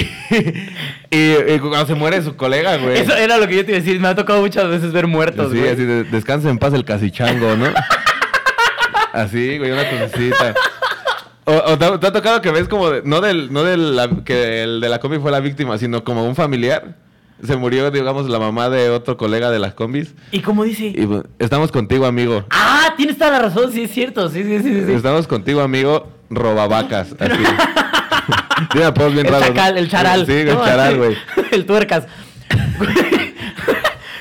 y- y cuando se muere su colega, güey.
Eso era lo que yo te iba a decir. Me ha tocado muchas veces ver muertos,
Sí,
güey.
así, de- descansa en paz el casichango, ¿no? así, güey, una cosita. O, o te, ha- te ha tocado que ves como, de- no del, no del, la- que el de la combi fue la víctima, sino como un familiar. Se murió, digamos, la mamá de otro colega de las combis.
¿Y cómo dice?
Y pues, estamos contigo, amigo.
Ah, tienes toda la razón, sí es cierto. Sí, sí, sí, sí, sí.
Estamos contigo, amigo. Robavacas. Así. Tiene apodos bien
El
raros, ¿no?
chacal, el charal.
Sí, el
No,
charal,
sí.
güey.
el tuercas.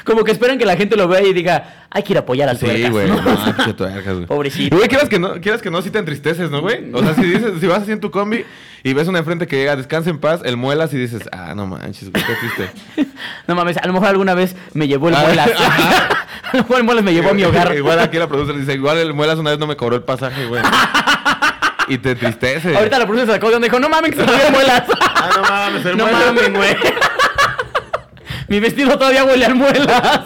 Como que esperan que la gente lo vea y diga, hay que ir a apoyar al
Sí,
tuercas.
güey.
¿no?
No, pinche tuercas, güey.
Pobrecito.
Y, Güey, quieras que no, quieras que no, sí te entristeces, ¿no, güey? O sea, si dices, si vas así en tu combi y ves una enfrente que llega, descansa en paz, el muelas y dices, ah, no manches, güey, qué triste.
No mames, a lo mejor alguna vez me llevó el
Ah,
muelas.
ajá.
a lo mejor el muelas me llevó a mi hogar.
igual aquí la producer dice, igual el muelas una vez no me cobró el pasaje, güey. y te entristeces.
Ahorita la producción se sacó de donde dijo, no mames, que se salió el muelas.
Ah, no mames, el
no
muelas.
mames, güey. mi vestido todavía huele al muelas.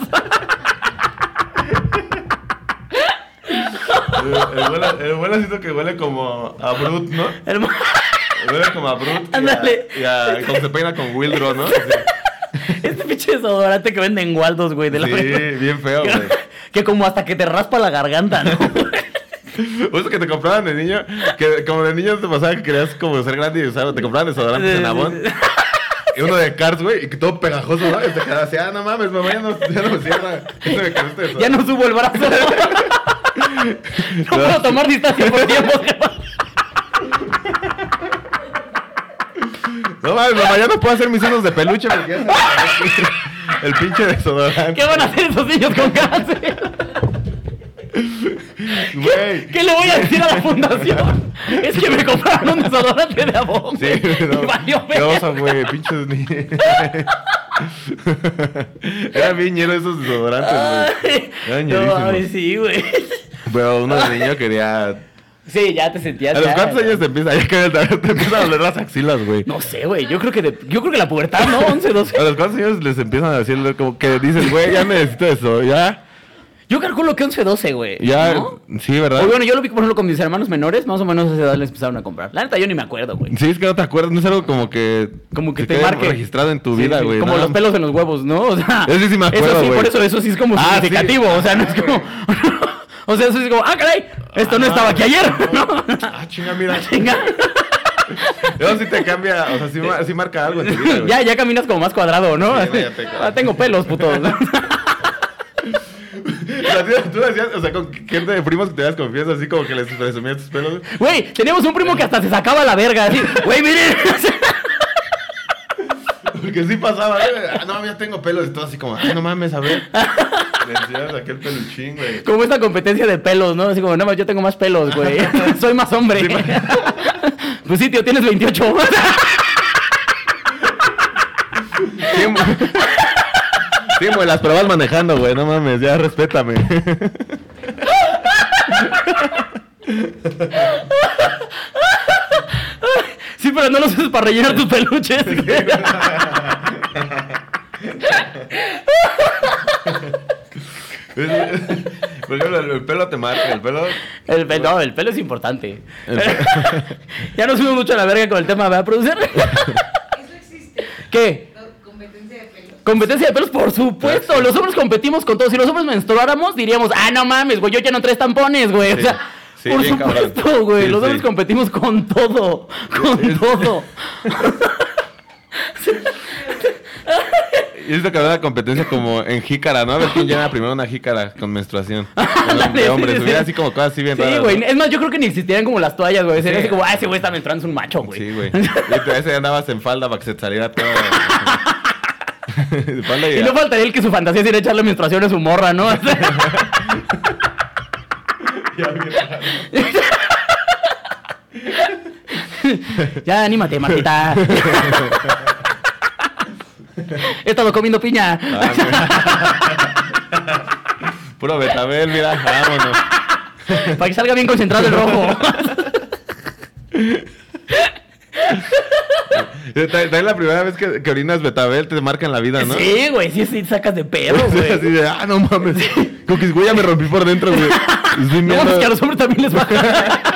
El, el muelas. el muelas siento que huele como a Brut, ¿no?
El mu-
Huele como a Brut.
Ándale.
Y a, y a- como se peina con Wildro, ¿no?
este pinche desodorante que venden en Waldos, güey. De la
Sí,
verga.
bien feo, güey.
Que como hasta que te raspa la garganta, ¿no?
O eso que te compraban de niño, que como de niño te pasaba que querías como ser grande y usar, te compraban desodorante en Avon. Y uno de Cars, güey, y que todo pegajoso, ¿no? Y te quedabas así, ah, no mames, mamá, ya no, ya no me cierra. Eso me cambiaste de
Ya
desodorante.
no subo el brazo. no puedo tomar distancia por tiempo.
No mames, mamá, ya no puedo hacer mis hilos de peluche porque ya se- el pinche
¿Qué
desodorante.
van a hacer esos niños con cáncer?
Güey.
¿Qué le voy a decir a la fundación? Es que me compraron un desodorante de abón.
Sí,
güey,
no.
Y valió
Qué
verga.
oso, güey, pinches niños. Era bien hielo esos desodorantes,
Ay,
Era
No,
ñerísimo.
ay, sí, güey.
güey. Pero uno de niño quería
Sí, ya te sentías.
¿A los
ya-
cuántos años te empieza, ya que te empiezan a doler las axilas, güey?
No sé, güey. Yo creo que de- yo creo que la pubertad, ¿no? 11, 12.
A los cuántos años les empiezan a decir como que dices, güey, ya necesito eso, ya,
Yo calculo que 11, 12, güey.
ya,
¿no?
sí, ¿verdad?
O bueno, yo lo vi, por ejemplo, con mis hermanos menores, más o menos a esa edad les empezaron a comprar. La neta, yo ni me acuerdo, güey.
Sí, es que no te acuerdas, no es algo como que...
Como que
se
te
quede
marque.
registrado en tu
Sí,
vida,
sí,
güey.
Como
nada
los pelos en los huevos, ¿no? O sea,
Eso sí me acuerdo,
Eso sí,
güey.
por eso, eso sí es como
Ah,
significativo.
sí.
O sea, no es como. o sea, eso sí es como, ah, caray, esto no
Ah,
estaba aquí ayer, ¿no?
Ah, chinga, mira.
Venga.
Eso sí te cambia, o sea, sí, ma- sí marca algo en tu vida, güey.
ya, ya caminas como más cuadrado, ¿no?
Sí,
Así,
ya te-
ah, tengo pelos, puto.
O sea, tú- tú decías, o sea, con gente de primos que te das confianza, así como que les presumías tus pelos.
Güey, teníamos un primo que hasta se sacaba la verga. Así, güey, miren.
Porque sí pasaba, ¿eh? Ah, no, ya tengo pelos y todo así como, ah, no mames, a ver. Le enseñas aquel peluchín, güey.
Como esta competencia de pelos, ¿no? Así como, no, yo tengo más pelos, güey. Soy más hombre.
Sí, ma-
pues sí, tío, tienes 28.
Sí, mu- Sí, güey, las pruebas manejando, güey. No mames, ya respétame.
Sí, pero no los uses para rellenar tus peluches.
Por ejemplo, Pues, el, el pelo te marca, el pelo.
El pelo, no, el pelo es importante. ya nos subimos mucho a la verga con el tema, ¿verdad, producir?
Eso existe.
¿Qué?
Co- Competencia de pelo.
Competencia de pelos, por supuesto.
Claro, sí.
Los hombres competimos con todos. Si los hombres menstruáramos, diríamos, ah, no mames, güey, yo ya no tres tampones, güey.
Sí.
O sea,
Sí,
por
bien cabrón.
supuesto, güey.
Sí,
los
sí.
hombres competimos con todo. Con todo.
Y esto que habla de competencia como en jícara, ¿no? A ver quién llena primero una jícara con menstruación.
Ándale,
de hombres,
sí, sí.
hubiera así como cosas así bien
Sí,
raras,
güey.
¿no?
Es más, yo creo que ni existieran como las toallas, güey. Sería
Sí.
así como, ah, ese güey está menstruando, es un macho, güey.
Sí, güey. Y tú ese andabas en falda para que se te saliera todo. De falda y,
Y no faltaría el que su fantasía sería echarle menstruación a su morra, ¿no? O sea, Ya, anímate, Martita. He estado comiendo piña.
Ah, mira. Puro betabel, mira, vámonos.
Para que salga bien concentrado el rojo.
Eh, ta- También la primera vez que, que orinas betabel te marca en la vida, ¿no?
Sí, güey, sí, sí, te sacas de pedo,
Sí,
güey.
así de, ah, no mames. Cookies, güey, ya me rompí por dentro, güey. Estoy
No, pues
viendo-
es que a los hombres también les baja.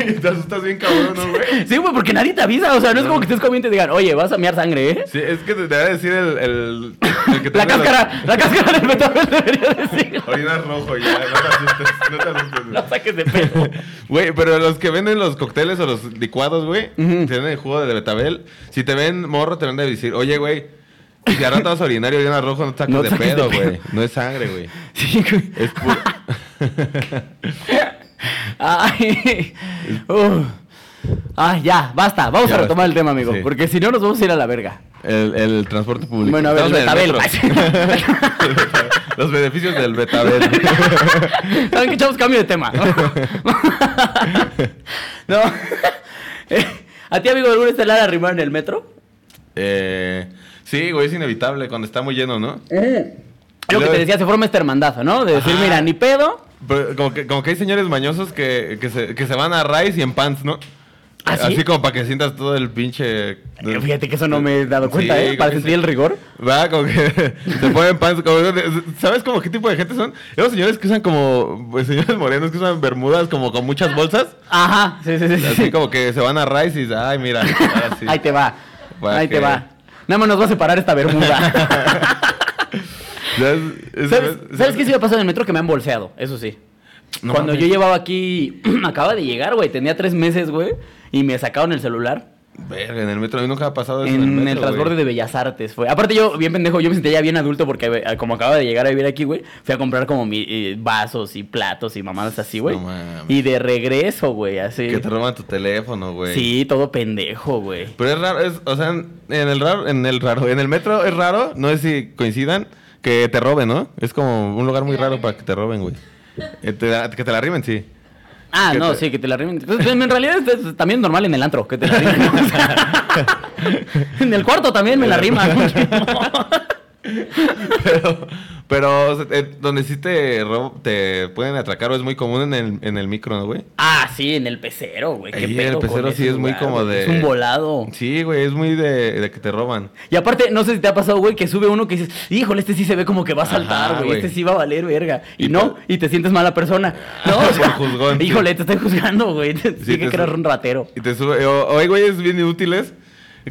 Y te asustas bien cabrón, ¿no, güey?
Sí, güey, porque nadie te avisa. O sea, no es como que estés comiendo y te digan, oye, vas a mear sangre, ¿eh?
Sí, es que te debe decir el, el, el que
La
tenga
cáscara, la cáscara del betabel debería decir.
Orinas rojo ya, no te asustes, no te asustes. güey.
No saques de pedo.
Güey, pero los que venden los cócteles o los licuados, güey,
Ujú.
tienen el jugo de betabel. Si te ven morro, te van a decir, oye, güey, si ahora rato vas a orinar y orinas rojo, no te saques
No
de
te saques de
pedo,
pedo.
güey. No es sangre, güey.
Sí, güey.
Es puro...
Ay. Uf. Ay, ya, basta. Vamos
Ya
a retomar
basta.
el tema, amigo.
Sí.
Porque si no, nos vamos a ir a la verga.
El, el transporte público.
Bueno, a ver,
Estamos
el
en
betabel.
metro. Los beneficios del betabel.
¿Saben qué, chavos? Cambio de tema. no. Eh, ¿A ti, amigo, alguna estelar arrimar en el metro?
eh, sí, güey, es inevitable cuando está muy lleno, ¿no?
Lo que
Luego-
te decía, se forma esta hermandad, ¿no? De decir,
Mm. Ajá.
mira, ni pedo.
Pero como, que, como que hay señores mañosos que, que, se, que se van a Rice y en pants, ¿no?
¿Ah, sí?
Así como para que sientas todo el pinche...
Eh, Fíjate que eso no me he dado cuenta,
Sí,
¿eh? Para
como que
sentir el rigor.
se- Va, como que se ponen pants. como- ¿Sabes como qué tipo de gente son? Esos señores que usan como... pues, señores morenos que usan bermudas como con muchas bolsas.
Ajá, sí, sí, sí. sí.
Así como que se van a Rice y... Ay, mira. ahora sí.
Ahí te va.
Va
Ahí
que-
te va. Nada más nos va a separar esta bermuda.
Ya es- es-
¿Sabes,
es-
¿sabes qué se iba a pasar en el metro? Que me han bolseado, eso sí.
No
Cuando
mames.
yo llevaba aquí, acaba de llegar, güey, tenía tres meses, güey, y me sacaron el celular
Verga, en el metro. A mí nunca ha pasado eso
en el,
metro,
transborde
güey.
de Bellas Artes, fue. Aparte yo, bien pendejo, yo me sentía ya bien adulto porque eh, como acaba de llegar a vivir aquí, güey, fui a comprar como mi, eh, vasos y platos y mamadas así, güey.
No mames.
y de regreso, güey, así.
Que te roban tu teléfono, güey.
Sí, todo pendejo, güey.
Pero es raro, es, o sea, en en el raro, en el raro, en el metro es raro, no sé si coincidan, que te roben, ¿no? Es como un lugar muy raro para que te roben, güey. Eh, te la- que te la rimen, sí.
Ah,
que
no,
te-
sí, que te la rimen. Pues, En realidad es, es también normal en el antro, que te la rimen. o sea. en el cuarto también me la riman.
Pero, pero o sea, eh, donde sí te, rob- te pueden atracar o es muy común en el, en el micro, ¿no, güey?
ah, sí, en el pecero, güey. qué
Ahí
pedo
el
con
pecero sí
ese
es muy
lugar,
como
güey,
de-
Es un volado.
Sí, güey, es muy de, de que te roban.
Y aparte, no sé si te ha pasado, güey, que sube uno que dices, híjole, este sí se ve como que va a saltar,
Ajá,
güey.
güey.
Este sí va a valer, verga. Y,
Y Ah,
no, y te sientes mala persona. No, o
Por
sea,
juzgón, sí.
híjole, te estoy juzgando, güey. Te dije
te
que eras
sub-
un ratero.
Y te sube, o, o hay güeyes bien inútiles.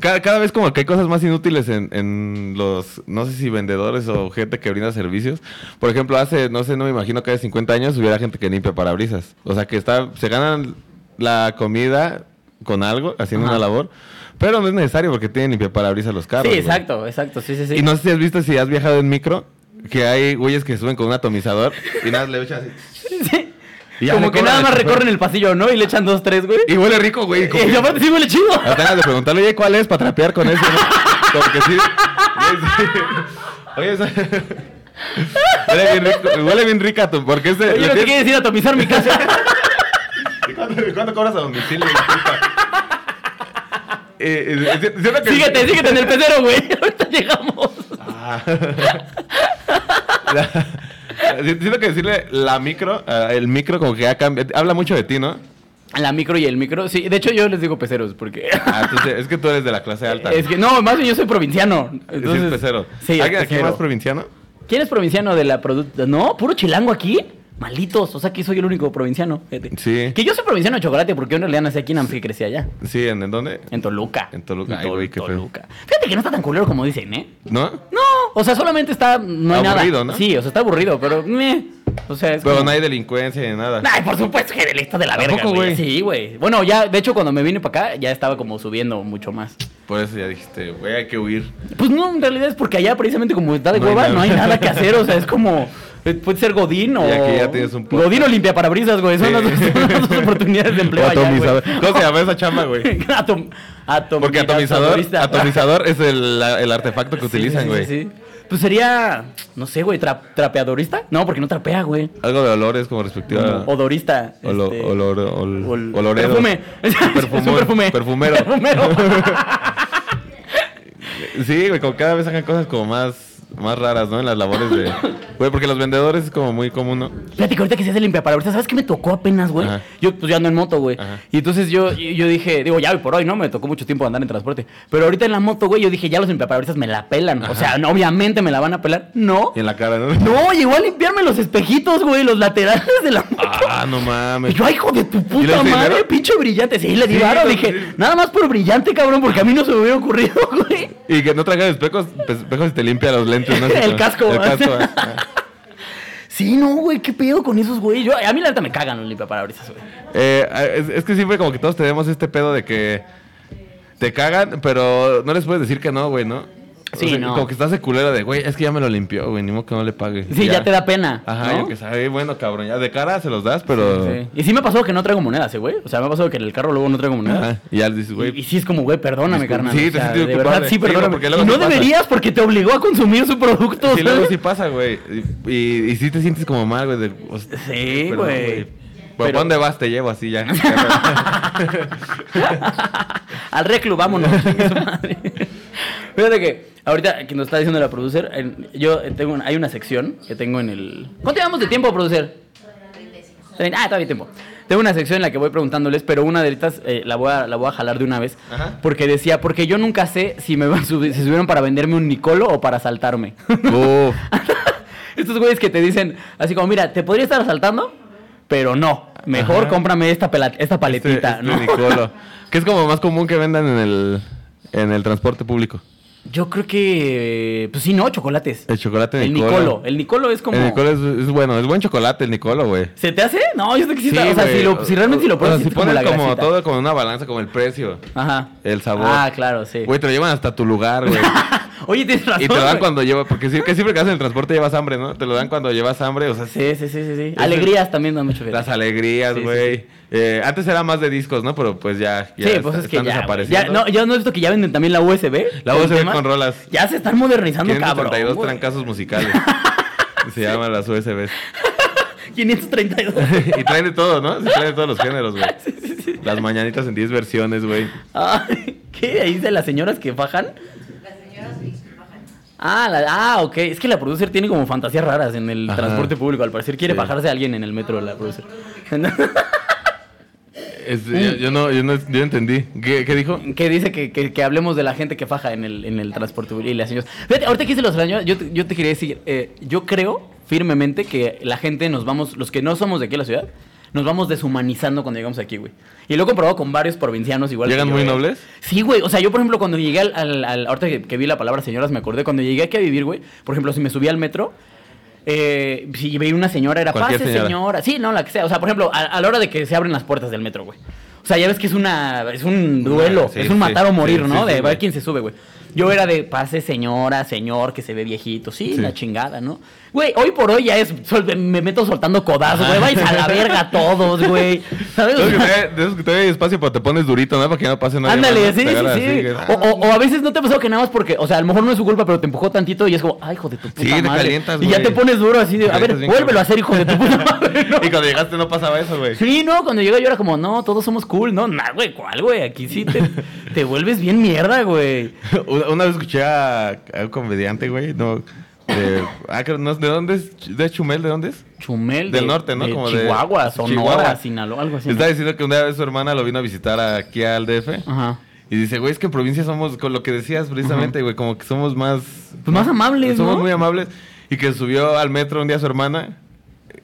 Cada, cada vez como que hay cosas más inútiles en, en los, no sé si vendedores o gente que brinda servicios. Por ejemplo, hace, no sé, no me imagino que hace 50 años hubiera gente que limpia parabrisas. O sea, que está, se ganan la comida con algo, haciendo
Ajá.
una labor. Pero no es necesario porque tienen limpia parabrisas los carros.
Sí,
güey.
exacto, exacto. Sí, sí, sí.
Y no sé si has visto, si has viajado en micro, que hay güeyes que suben con un atomizador y nada, le echan así.
Sí.
Y ya
Como
le
que
cobran
nada
al
más
chofer.
recorren el pasillo, ¿no? Y le echan dos, tres, güey.
Y huele rico, güey. como
Y
que-
aparte sí huele chido.
Hasta ganas de preguntarle, oye, ¿cuál es para trapear con eso? ¿no? Como que sí. güey, sí. Oye, esa- huele, bien rico- huele bien rica tu. Porque es de-
Oye, no
le
te
tienes-
quieres ir a atomizar mi casa.
¿Y ¿Cuánto, cuánto cobras a domicilio? Disculpa. Eh, eh, si- siento que-
síguete, síguete en el pecero, güey. Ahorita llegamos.
Ah. La- si- Siento que decirle la micro, ah, el micro como que ya cambia. Habla mucho de ti, ¿no?
La micro y el micro. Sí, de hecho yo les digo peceros porque...
Ah, entonces, es que tú eres de la clase alta.
Es que, no, más bien yo soy provinciano.
Entonces,
Entonces,
es pecero.
Sí,
¿Alguien aquí
pecero.
más provinciano?
¿Quién es provinciano de la producta? No, puro chilango aquí. Malditos, o sea que soy el único provinciano. fíjate.
Sí.
Que yo soy provinciano de chocolate porque yo en realidad nací aquí en Anfi y crecí allá.
Sí, ¿en, en dónde?
En Toluca.
En Toluca,
En
ay, güey, qué feo.
Toluca. Fíjate que no está tan culero como dicen, ¿eh?
¿No?
No, o sea, solamente está. No hay
Aburrido,
nada.
¿no?
Sí, o sea, está aburrido, pero. meh. O sea, es.
Pero
como-
no hay delincuencia ni nada.
Ay, por supuesto que del está de la verga,
¿Tampoco,
güey.
güey?
Sí, güey. Bueno, ya, de hecho, cuando me vine para acá, ya estaba como subiendo mucho más.
Por eso ya dijiste, güey, hay que huir.
Pues no, en realidad es porque allá, precisamente, como está de
No hay
hueva,
nada.
no hay nada que hacer. O sea, es como. eh, Puede ser Godín o.
Ya que ya tienes un podcast.
Godín o limpia parabrisas, güey. Son,
Sí.
las, son las dos oportunidades de empleo.
O
allá, güey.
atomizador. ¿Cómo se llama esa chamba, güey?
Atom- atom-
Porque atomizador,
atomista.
atomizador es el, el artefacto que
Sí,
utilizan,
sí,
güey.
sí, sí. Pues sería, no sé, güey, tra- trapeadorista. No, porque no trapea, güey.
Algo de olores como respectiva.
Odorista.
Olo,
este,
olor, ol-
ol-
olorero.
Perfume.
Perfumor,
Es un perfume.
Perfumero.
Perfumero.
Sí, güey, como cada vez sacan cosas como más, más raras, ¿no? En las labores de. Güey, porque los vendedores es como muy común, ¿no?
Fíjate que ahorita que se hace limpia parabrisas, ¿sabes qué me tocó apenas, güey?
Ajá.
Yo pues ya ando en moto, güey.
Ajá.
Y entonces yo, yo yo dije, digo, ya hoy por hoy, ¿no? Me tocó mucho tiempo andar en transporte. Pero ahorita en la moto, güey, yo dije, ya los limpiaparabrisas me la pelan. O sea, no, obviamente me la van a pelar. No.
Y en la cara, ¿no?
No, llegó a limpiarme los espejitos, güey, los laterales de la moto.
Ah, no mames.
Y yo, "Ay, hijo de tu
¿Y le
puta
diste
madre,
dinero?
pinche brillante. Sí, le di
Sí,
varo,
no,
dije,
sí.
nada más por brillante, cabrón, porque a mí no se me hubiera ocurrido, güey.
Y que no traigas espejos, pues, espejos y te limpia los lentes, ¿no? Así
El
como-
casco,
El
¿verdad?
casco. ah.
Sí, no, güey, qué pedo con esos güey. Yo, a mí la neta me cagan los limpiaparabrisas, güey.
Eh, es, es que siempre como que todos tenemos este pedo de que te cagan, pero no les puedes decir que no, güey, ¿no?
Sí, no.
Como que estás de culero de, güey, es que ya me lo limpió, güey, ni modo que no le pague.
Sí, ya, te da pena.
Ajá,
¿no?
yo que sabe, bueno, cabrón, ya de cara se los das, pero...
Sí. Y sí me ha pasado que no traigo monedas, eh, güey. O sea, me ha pasado que en el carro luego no traigo monedas.
Ajá, y ya les dices,
Y, y
güey,
sí es como, güey, perdóname,
Disculpa.
carnal.
Sí,
o
te
sea,
sentí
de
culpable.
verdad, sí,
Sí,
perdóname.
porque luego
y no
sí pasa.
deberías porque te obligó a consumir su producto.
sí, luego
¿sabes?
sí pasa, güey. Y, y, y sí te sientes como mal, güey. de, o sea,
Sí,
perdón,
güey.
Bueno,
Pero-
¿pa' dónde vas? Te llevo así ya.
Al reclu, vámonos. chingue su madre. Fíjate que ahorita que nos está diciendo la producer, en- yo eh, tengo una- hay una sección que tengo en el. ¿Cuánto llevamos de tiempo, producer? Trein- Ah, todavía hay tiempo. Tengo una sección en la que voy preguntándoles, pero una de estas eh, la, voy a, la voy a jalar de una vez.
Ajá.
Porque decía, porque yo nunca sé si me van a subir- si subieron para venderme un Nicolo o para asaltarme.
Uf.
Estos güeyes que te dicen, así como, mira, te podría estar asaltando, pero no. Mejor
Ajá.
cómprame esta, pela- esta paletita,
Este-
¿no?
este Nicolo. Que es como más común que vendan en el, en el transporte público.
Yo creo que. Pues sí, no, chocolates.
El chocolate
El
Nicolo.
Nicolo. El Nicolo es como.
El Nicolo es, es bueno, es buen chocolate el Nicolo, güey.
¿Se te hace? No, yo creo que sí. está- o sea,
güey.
si, lo- si realmente si lo
O
pruebas,
sea, si
sientes como
ponen
la
como,
grasita.
todo como una balanza, como el precio,
Ajá.
el sabor.
Ah, claro, sí.
Güey, te lo llevan hasta tu lugar, güey.
Oye, tienes razón.
y te lo dan
güey.
cuando llevas, porque sí- que siempre que haces el transporte llevas hambre, ¿no? Te lo dan cuando llevas hambre, o sea,
Sí, sí, sí, sí. sí.
Es
Alegrías también dan mucho
las
feliz.
alegrías,
Sí, sí,
güey. Eh, antes era más de discos, ¿no? Pero pues ya, ya
Sí, pues
está-
es que
están
ya, güey. ya.
desapareciendo.
No, yo no he visto que ya venden también la USB.
La
el
USB
tema.
con rolas.
Ya se están modernizando, cabrón.
532
güey.
trancazos musicales. Se llaman las USBs.
532.
y traen de todo, ¿no? Se traen de todos los géneros, güey. Las mañanitas en 10 versiones, güey.
Ay, ¿Qué? Ahí de las señoras que bajan.
Las señoras sí bajan.
Ah, la- ah, ok. Es que la producer tiene como fantasías raras en el
Ajá.
transporte público. Al parecer quiere
Sí.
bajarse a alguien en el metro, la producer.
Es-
Mm.
yo, yo no, yo no yo no entendí. ¿Qué, qué dijo?
que dice que, que- que hablemos de la gente que faja en el, en el transporte público y las señoras. Fíjate, ahorita que hice los señoras, yo, te- yo te quería decir, eh, yo creo firmemente que la gente nos vamos, los que no somos de aquí en la ciudad, nos vamos deshumanizando cuando llegamos aquí, güey. Y lo he comprobado con varios provincianos igual. que
¿Llegan
yo,
muy
eh.
nobles?
Sí, güey. O sea, yo, por ejemplo, cuando llegué al. al- al- ahorita que, que vi la palabra señoras, me acordé. Cuando llegué aquí a vivir, güey, por ejemplo, si me subía al metro. eh, si veía una señora, era
Cualquier
pase señora.
señora".
Sí, no, la que sea. O sea, por ejemplo, a, a la hora de que se abren las puertas del metro, güey. O sea, ya ves que es una. Es un duelo.
Sí,
es un
sí,
matar o morir,
sí,
¿no?
sí,
de
sí,
ver
güey.
quién se sube, güey. Yo era de pase señora, señor, que se ve viejito. Sí,
Sí.
la chingada, ¿no? Güey, hoy por hoy ya es. sol- me meto soltando codazos, güey. Vais a la verga todos, güey. ¿Sabes?
De
O
esos que
sea,
te- de esos que todavía hay espacio, pero te pones durito, ¿no? Para que no pase nada.
Ándale, sí, sí, sí. Oh, O,
"Ah".
o- o a veces no te ha pasado que nada más porque, o sea, a lo mejor no es su culpa, pero te empujó tantito y es como, ay, hijo de tu puta
Sí, te
madre.
calientas,
y ya
güey.
te pones duro así de,
Te
a ver,
calientas bien
vuélvelo
cabrón.
a hacer, hijo de tu puta madre. ¿no?
Y cuando llegaste no pasaba eso, güey.
Sí, no, cuando llega yo era como, no, todos somos cool, no, nah, güey, ¿cuál, güey? Aquí sí te, te vuelves bien mierda, güey.
Una una vez escuché a, a un comediante, güey, no... De, ah, creo- no, ¿De dónde es? ¿De Chumel? ¿De dónde es?
Chumel.
Del
de-
norte, ¿no?
de
Como de-
Chihuahua, Sonora,
Chihuahua.
Sinaloa, algo así. ¿no?
Está diciendo que una vez su hermana lo vino a visitar aquí al DF.
Ajá.
Y dice, güey, es que en provincia somos, con lo que decías precisamente, güey, como que somos más...
Pues más amables,
Somos
¿no?
muy amables. Y que subió al metro un día su hermana.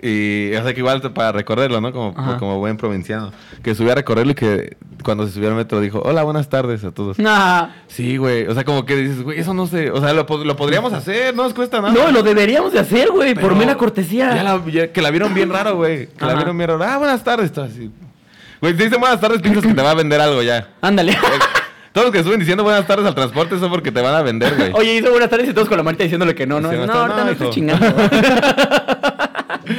Y, o sea, que igual te- para recorrerlo, ¿no? Como,
Ajá.
como buen provinciano. Que subió a recorrerlo y que cuando se subió al metro dijo, hola, buenas tardes a todos.
Nah.
Sí, güey. O sea, como que dices, güey, eso no sé. O sea, lo, pod- lo podríamos hacer, no nos cuesta nada.
No, lo deberíamos de hacer, güey, por
Pero
mera cortesía.
ya la- ya- que la vieron bien raro, güey. Que
Ajá.
la vieron bien raro. Ah, buenas tardes. Todo así. Güey, te dicen buenas tardes, piensas que te va a vender algo ya.
Ándale.
Eh, Todos los que suben diciendo buenas tardes al transporte son porque te van a vender, güey.
Oye, hizo buenas tardes y todos con la manita diciéndole que no, no.
Sí,
No,
no está-
ahorita
no,
no estoy
hijo.
chingando.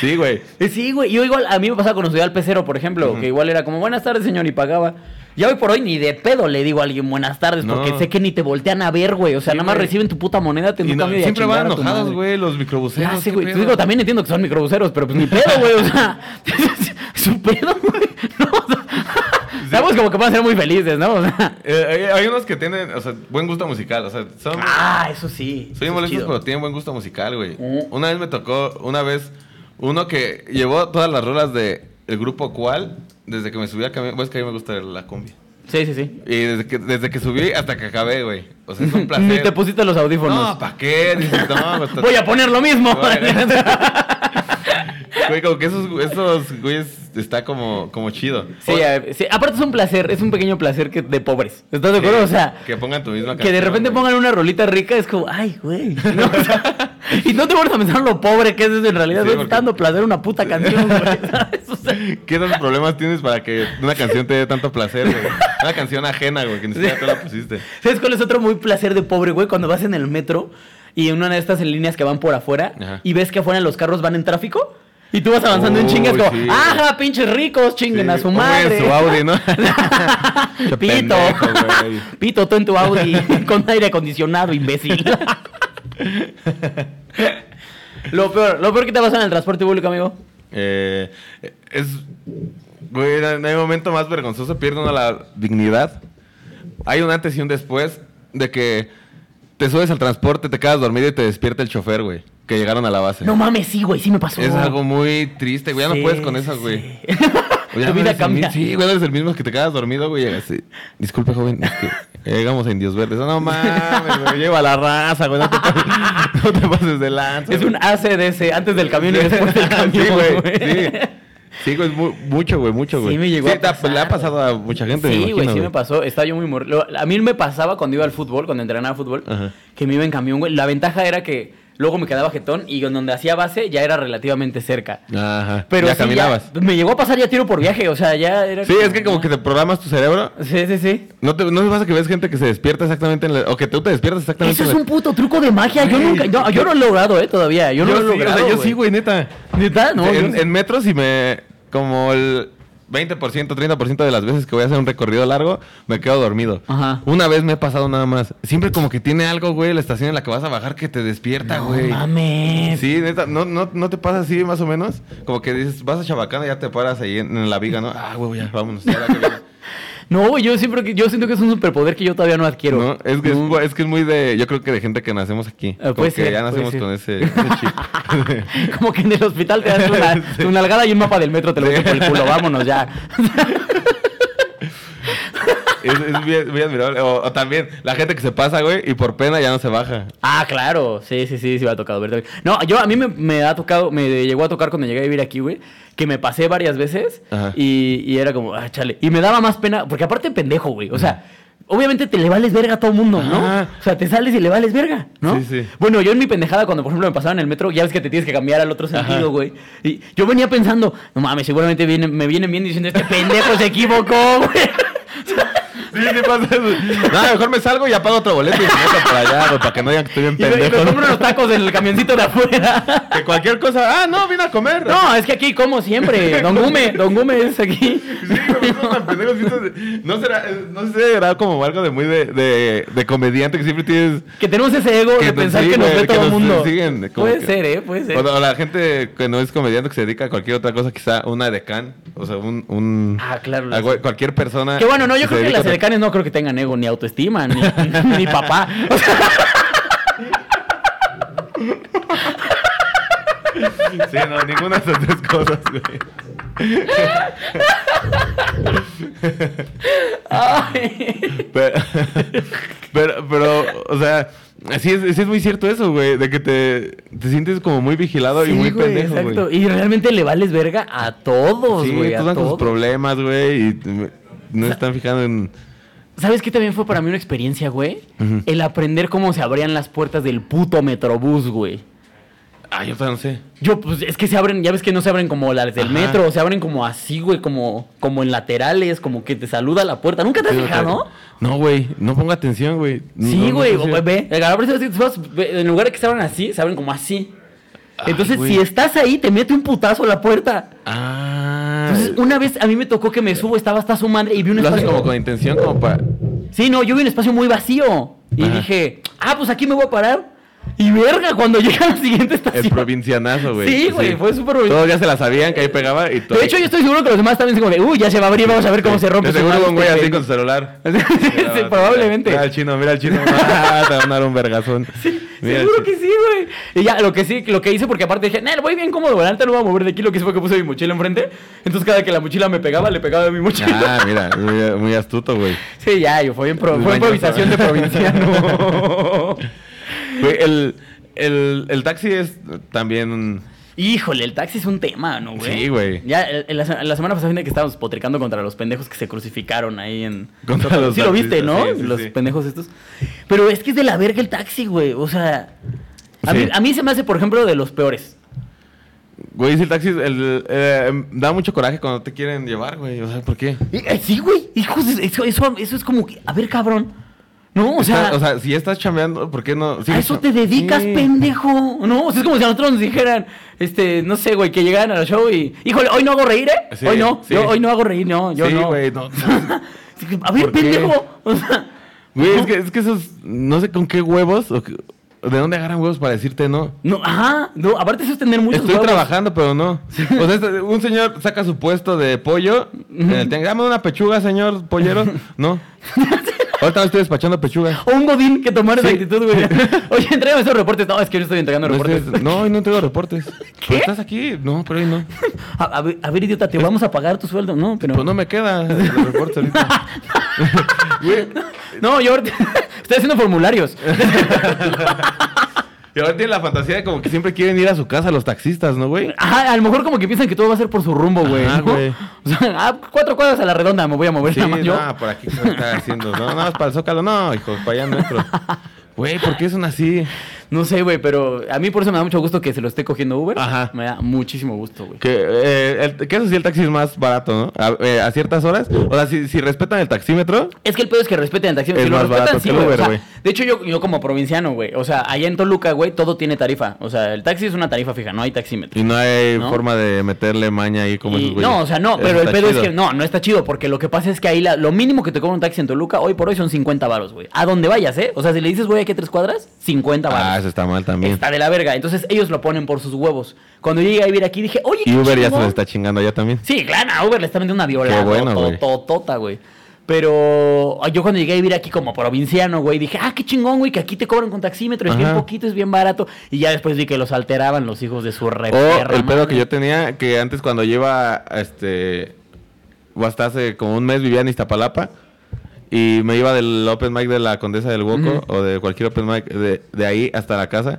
Sí, güey.
Eh, Sí, güey. Yo igual, a mí me pasaba cuando estudiaba al pecero, por ejemplo, que igual era como, buenas tardes, señor, y pagaba. Ya hoy por hoy ni de pedo le digo a alguien buenas tardes,
No.
porque sé que ni te voltean a ver, güey. O sea,
Sí,
nada más
güey.
reciben tu puta moneda, te
Y no-
cambio y a
siempre
chingar
van
a tu
enojados,
madre.
güey, los microbuseros.
Ya sé,
qué
güey. Te
pedo.
digo, también entiendo que son microbuseros, pero pues ni pedo, güey. O sea, es su pedo, güey. No, o sea, sabemos como que van a ser muy felices, ¿no? O sea,
Eh, hay, hay unos que tienen, o sea, buen gusto musical. O sea, son.
ah, eso sí. eso
Soy
es
molestos,
chido. Uh.
pero tienen buen gusto musical, güey.
Ujú.
Una vez me tocó, una vez, uno que llevó todas las rolas de el grupo Cual, desde que me subí al camión. Pues que a mí me gusta la cumbia.
Sí, sí, sí.
Y desde que, desde que subí hasta que acabé, güey. O sea, es un placer.
Ni te pusiste los audífonos.
pues, No, ¿para qué? Dices, no, güey, está-
Voy a poner lo mismo.
Bueno. Güey, como que esos, esos güeyes está como, como chido.
Sí, eh, sí, aparte es un placer, es un pequeño placer que de pobres. ¿Estás de acuerdo? O sea,
que pongan tu misma
que de
canción,
repente
güey.
pongan una rolita rica es como, ay, güey. ¿no? O sea, y no te vuelves a pensar lo pobre que es eso en realidad.
Sí,
güey, te
porque-
está dando placer una puta canción, güey. ¿sabes? O sea,
¿Qué tantos problemas tienes para que una canción te dé tanto placer, güey? Una canción ajena, güey, que ni siquiera tú la pusiste.
¿Sabes cuál es otro muy placer de pobre, güey? Cuando vas en el metro y en una de estas líneas que van por afuera
Ajá.
y ves que afuera los carros van en tráfico y tú vas avanzando en
Uy,
chingas como,
sí.
ajá, pinches ricos, chinguen a su
Sí,
madre.
Pongan su Audi, ¿no? Qué
Pito.
pendejo, güey.
Pito, tú en tu Audi con aire acondicionado, imbécil. lo peor, lo peor que te pasa en el transporte público, amigo.
Eh, es. Güey, no hay momento más vergonzoso. Pierde uno la dignidad. Hay un antes y un después de que te subes al transporte, te quedas dormido y te despierta el chofer, güey. Que llegaron a la base.
No mames, sí, güey, sí me pasó.
es algo muy triste, güey. Ya
Sí,
no puedes con
sí,
esas, güey.
sí.
Ya
tu vida
no eres el
cambia.
mi- Sí, güey, no eres el mismo que te quedas dormido, güey. Llegas, sí. Disculpe, joven, es que llegamos en Dios Verdes. No mames, güey. Lleva la raza, güey. No te pases, no te pases de lanza.
Es
güey.
un ACDC, antes del camión y después del camión.
Sí, güey. Sí.
güey.
Sí, güey, mu- mucho, güey, mucho,
Sí
güey.
me llegó a
te ha-
pasar,
le ha pasado a mucha gente,
Sí, güey,
imagino,
sí me pasó. Estaba yo muy mor... lo- A mí me pasaba cuando iba al fútbol, cuando entrenaba fútbol,
Ajá.
que me iba en camión, güey. La ventaja era que luego me quedaba jetón y en donde hacía base ya era relativamente cerca.
Ajá.
Pero
ya
sí,
caminabas.
ya- me llegó a pasar ya tiro por viaje, o sea, ya era.
Sí, es que como que te programas tu cerebro.
Sí, sí, sí.
No te, no te pasa que ves gente que se despierta exactamente en la, o que tú te despiertas exactamente
Eso es
en la-
un puto truco de magia. Yo
Güey,
nunca. Yo, yo no lo he logrado, ¿eh? Todavía. Yo, no lo he
sí, o sea,
logrado.
yo sí, güey, neta.
¿Neta? No, yo
en,
no sé.
en metro si me como el 20%, 30% de las veces que voy a hacer un recorrido largo, me quedo dormido.
Ajá.
Una vez me ha pasado nada más. Siempre como que tiene algo, güey, la estación en la que vas a bajar que te despierta,
No
güey.
mames.
Sí, neta, ¿no, no, ¿no te pasa así más o menos? Como que dices, vas a Chabacana y ya te paras ahí en, en la viga, ¿no? Ah, güey, ya, vámonos. ya, la que viene.
No, güey, yo siempre que- yo siento que es un superpoder que yo todavía no adquiero.
No, es, que
mm.
es, es que es muy de, yo creo que de gente que nacemos aquí.
Ah,
Como
puede
que
ser,
ya
puede
nacemos
ser.
con ese, ese chip.
Como que en el hospital te das una,
Sí.
una nalgada y un mapa del metro te lo
Sí.
meten por el culo, vámonos ya.
es es bien- muy admirable. O, o también la gente que se pasa, güey, y por pena ya no se baja.
Ah, claro, sí, sí, sí, sí me ha tocado ver también. No, yo a mí me, me ha tocado, me llegó a tocar cuando llegué a vivir aquí, güey, que me pasé varias veces
Ajá.
y, y era como, ah, chale. Y me daba más pena, porque aparte pendejo, güey, o sea, obviamente te le vales verga a todo mundo, ¿no?
Ajá.
O sea, te sales y le vales verga, ¿no?
Sí, sí.
Bueno, yo en mi pendejada, cuando por ejemplo me pasaba en el metro, ya ves que te tienes que cambiar al otro
Ajá.
sentido, güey. Y yo venía pensando, no mames, seguramente viene, me vienen bien diciendo, este pendejo se equivocó, güey.
Sí, sí pasa eso. Nada, mejor me salgo y apago otro boleto y me meto por allá, güey, para que no digan que estoy bien
Y me, y me
pendejo. ¿no?
compro unos tacos en el camioncito de afuera.
Que cualquier cosa, ah, no, vine a comer.
No, es que aquí como siempre. Don Gume, Don Gume es aquí.
Sí, güey, son tan pendejos, ¿viste? No será, eh, no sé, era como algo de muy de, de, de comediante que siempre tienes.
Que tenemos ese ego de
nos
pensar que
siguen,
nos ve todo el
nos
mundo.
siguen, como
Puede
que-
ser, ¿eh? Puede ser.
O, o la gente que no es comediante que se dedica a cualquier otra cosa, quizá una decán, o sea, un. un
Ah, claro.
algo- cualquier persona.
Que bueno, no, yo
se
creo que
dedica
las
a otra-
edecanes no creo que tengan ego, ni autoestima, ni, ni papá. O sea,
Sí, no, ninguna de esas tres cosas, güey.
ay.
Pero, pero, pero, o sea, sí es, sí es muy cierto eso, güey, de que te, te sientes como muy vigilado
Sí,
y muy
güey,
pendejo, güey.
exacto. Y realmente le vales verga a todos,
Sí,
güey.
todos
a
van con sus
todos.
problemas, güey, y te- no se están fijando en...
¿Sabes qué también fue para mí una experiencia, güey?
Ujú.
El aprender cómo se abrían las puertas del puto Metrobús, güey.
Ah, yo todavía no sé.
Yo, pues, es que se abren, ya ves que no se abren como las del
Ajá.
metro, se abren como así, güey, como, como en laterales, como que te saluda la puerta. ¿Nunca te has fijado?
No, güey, no pongo atención, güey. No,
Sí,
no
güey,
sé si-
o- ve, el ganador, pero si- si vas- ve, en lugar de que se abran así, se abren como así.
Ay,
Entonces,
güey.
si estás ahí, te mete un putazo a la puerta.
Ah.
Entonces, una vez a mí me tocó que me subo, estaba hasta su madre y vi un
Lo hacen
espacio.
como con intención, como para...
Sí, no, yo vi un espacio muy vacío. Y
Ajá.
dije, ah, pues aquí me voy a parar. Y verga, cuando llega a la siguiente estación.
El provincianazo, güey.
Sí, güey, fue súper
Todos ya se la sabían que ahí pegaba y todo.
De hecho, yo estoy seguro que los demás también se como de, uy, ya se va a abrir, vamos a ver cómo se rompe.
De
su
seguro
madre
un güey
este
así con
pendejo".
su celular.
Sí,
Mira,
sí,
mira,
probablemente.
Mira al chino, mira al chino. Ah, te van a dar un vergazón. Mira al
Seguro que
chino.
sí, güey. Y ya, lo que sí, lo que hice, porque aparte dije, no, voy bien cómodo, ¿verdad? Ahorita no voy a mover de aquí, lo que hice fue que puse mi mochila enfrente. Entonces, cada que la mochila me pegaba, le pegaba a mi mochila.
Ah, mira, muy, muy astuto, güey.
Sí, ya, yo, fue, bien pro-
Muy
fue
mañoso.
improvisación de provinciano.
Güey, el, el, el taxi es también
Híjole, el taxi es un tema, ¿no, güey?
Sí, güey.
Ya, el- el- la, se- la semana pasada fíjate que estábamos potricando contra los pendejos que se crucificaron ahí en...
Contra los
sí lo viste, ¿no?
taxistas, sí, sí,
los
sí.
pendejos estos. Pero es que es de la verga el taxi, güey. O sea... A,
Sí.
mí, a mí se me hace, por ejemplo, de los peores.
Güey, si el taxi el, eh, da mucho coraje cuando te quieren llevar, güey. O sea, ¿por qué?
Y- eh, sí, güey. Hijos, es- eso, eso, eso es como... que- A ver, cabrón. No, o sea...
Está- o sea, si ya estás chambeando, ¿por qué no?
a
sigues
eso
cham-
te dedicas,
Sí.
pendejo. No, o sea, es como si a nosotros nos dijeran, este, no sé, güey, que llegaran al show y, híjole, hoy no hago reír, ¿eh?
Sí,
hoy no,
sí.
yo hoy no hago reír, no, yo
sí,
no.
güey, no.
A ver,
¿Por qué?
pendejo. O sea,
Güey, es que, es que esos. No sé con qué huevos. o qué- ¿De dónde agarran huevos para decirte no?
no, ajá, no, aparte eso es tener muchos
Estoy
huevos.
trabajando, pero no. O sea, este- un señor saca su puesto de pollo. en el tianguis, Dame una pechuga, señor pollero. No. Ahorita estoy despachando pechuga.
O un godín que tomar esa
Sí.
actitud, güey. Oye, entrégame esos reportes. No, es que yo no estoy entregando
No,
reportes.
estoy- no, hoy no tengo reportes. ¿Pero estás aquí? No, pero hoy no.
A, a ver, a ver, idiota, te vamos a pagar tu sueldo. No, pero...
Pues no me queda los reportes ahorita. Güey,
No, yo ahorita estoy haciendo formularios.
y ahora tiene la fantasía de como que siempre quieren ir a su casa los taxistas, ¿no, güey?
Ajá, a lo mejor como que piensan que todo va a ser por su rumbo, güey.
Ajá,
¿no?
güey.
O sea, ah, cuatro cuadras a la redonda, me voy a mover
Sí,
nada más yo.
no, por aquí se está haciendo. No, nada más para el Zócalo. No, hijo, para allá nuestro. Güey, ¿por qué son así?
No sé, güey, pero a mí por eso me da mucho gusto que se lo esté cogiendo Uber.
Ajá.
Me da muchísimo gusto, güey.
Que, eh, el- que eso sí, el taxi es más barato, ¿no? A, eh, a ciertas horas. O sea, si, si respetan el taxímetro.
Es que el pedo es que respeten el taxi.
Es
si lo
más
respetan,
barato
sí,
que el
güey. O
Uber,
sea,
güey.
de hecho, yo, yo como provinciano, güey. O sea, allá en Toluca, güey, todo tiene tarifa. O sea, el taxi es una tarifa fija, no hay taxímetro.
Y no hay
¿No?
forma de meterle maña ahí como
Y-
esos güeyes.
no, o sea, no,
Eso
pero el
está
pedo es
chido.
que no, no está chido, porque lo que pasa es que ahí la- lo mínimo que te cobra un taxi en Toluca hoy por hoy son 50 varos, güey. A donde vayas, ¿eh? O sea, si le dices, güey, aquí a tres cuadras, 50 varos.
Ah, eso está mal también.
Está de la verga. Entonces ellos lo ponen por sus huevos. Cuando yo llegué a vivir aquí dije, oye,
Y
qué
Uber ya se
chingón.
lo está chingando allá también.
Sí, claro, a Uber le está vendiendo una viola.
Qué bueno, güey.
Totota, güey. Pero yo cuando llegué a vivir aquí como provinciano, güey, dije, ah, qué chingón, güey, que aquí te cobran con taxímetro, es bien
Ajá.
poquito, es bien barato. Y ya después vi que los alteraban los hijos de su re.
O
perra
Oh, el pedo
madre.
que yo tenía, que antes cuando lleva, este, o hasta hace como un mes vivía en Iztapalapa y me iba del open mic de la Condesa del Boco o de cualquier open mic de, de ahí hasta la casa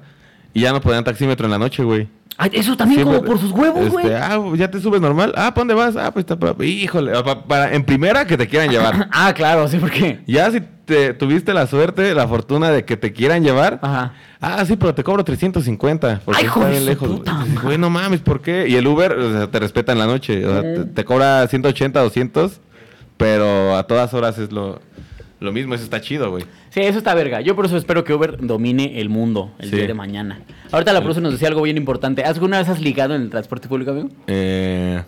y ya no ponían taxímetro en la noche, güey.
Ay, eso también
Siempre-
como por sus huevos,
este,
güey.
ah, ya te subes normal. Ah, ¿para dónde vas? Ah, pues Iztapalapa. Híjole, pa- para, en primera que te quieran llevar.
Ah, claro, sí, porque.
ya si te tuviste la suerte, la fortuna de que te quieran llevar,
Ajá.
Ah, sí, pero te cobro 350. Porque
Ay, hijo
está
de
bien
su
lejos. güey.
puta
Dices, Güey, no mames, ¿por qué? Y el Uber o sea, te respeta en la noche. o sea, te, te cobra 180, 200. Pero a todas horas es lo, lo mismo. Eso está chido, güey.
Sí, eso está verga. Yo por eso espero que Uber domine el mundo el
Sí.
día de mañana. Ahorita la producer nos decía algo bien importante. ¿Has- ¿Alguna vez has ligado en el transporte público, amigo?
Eh,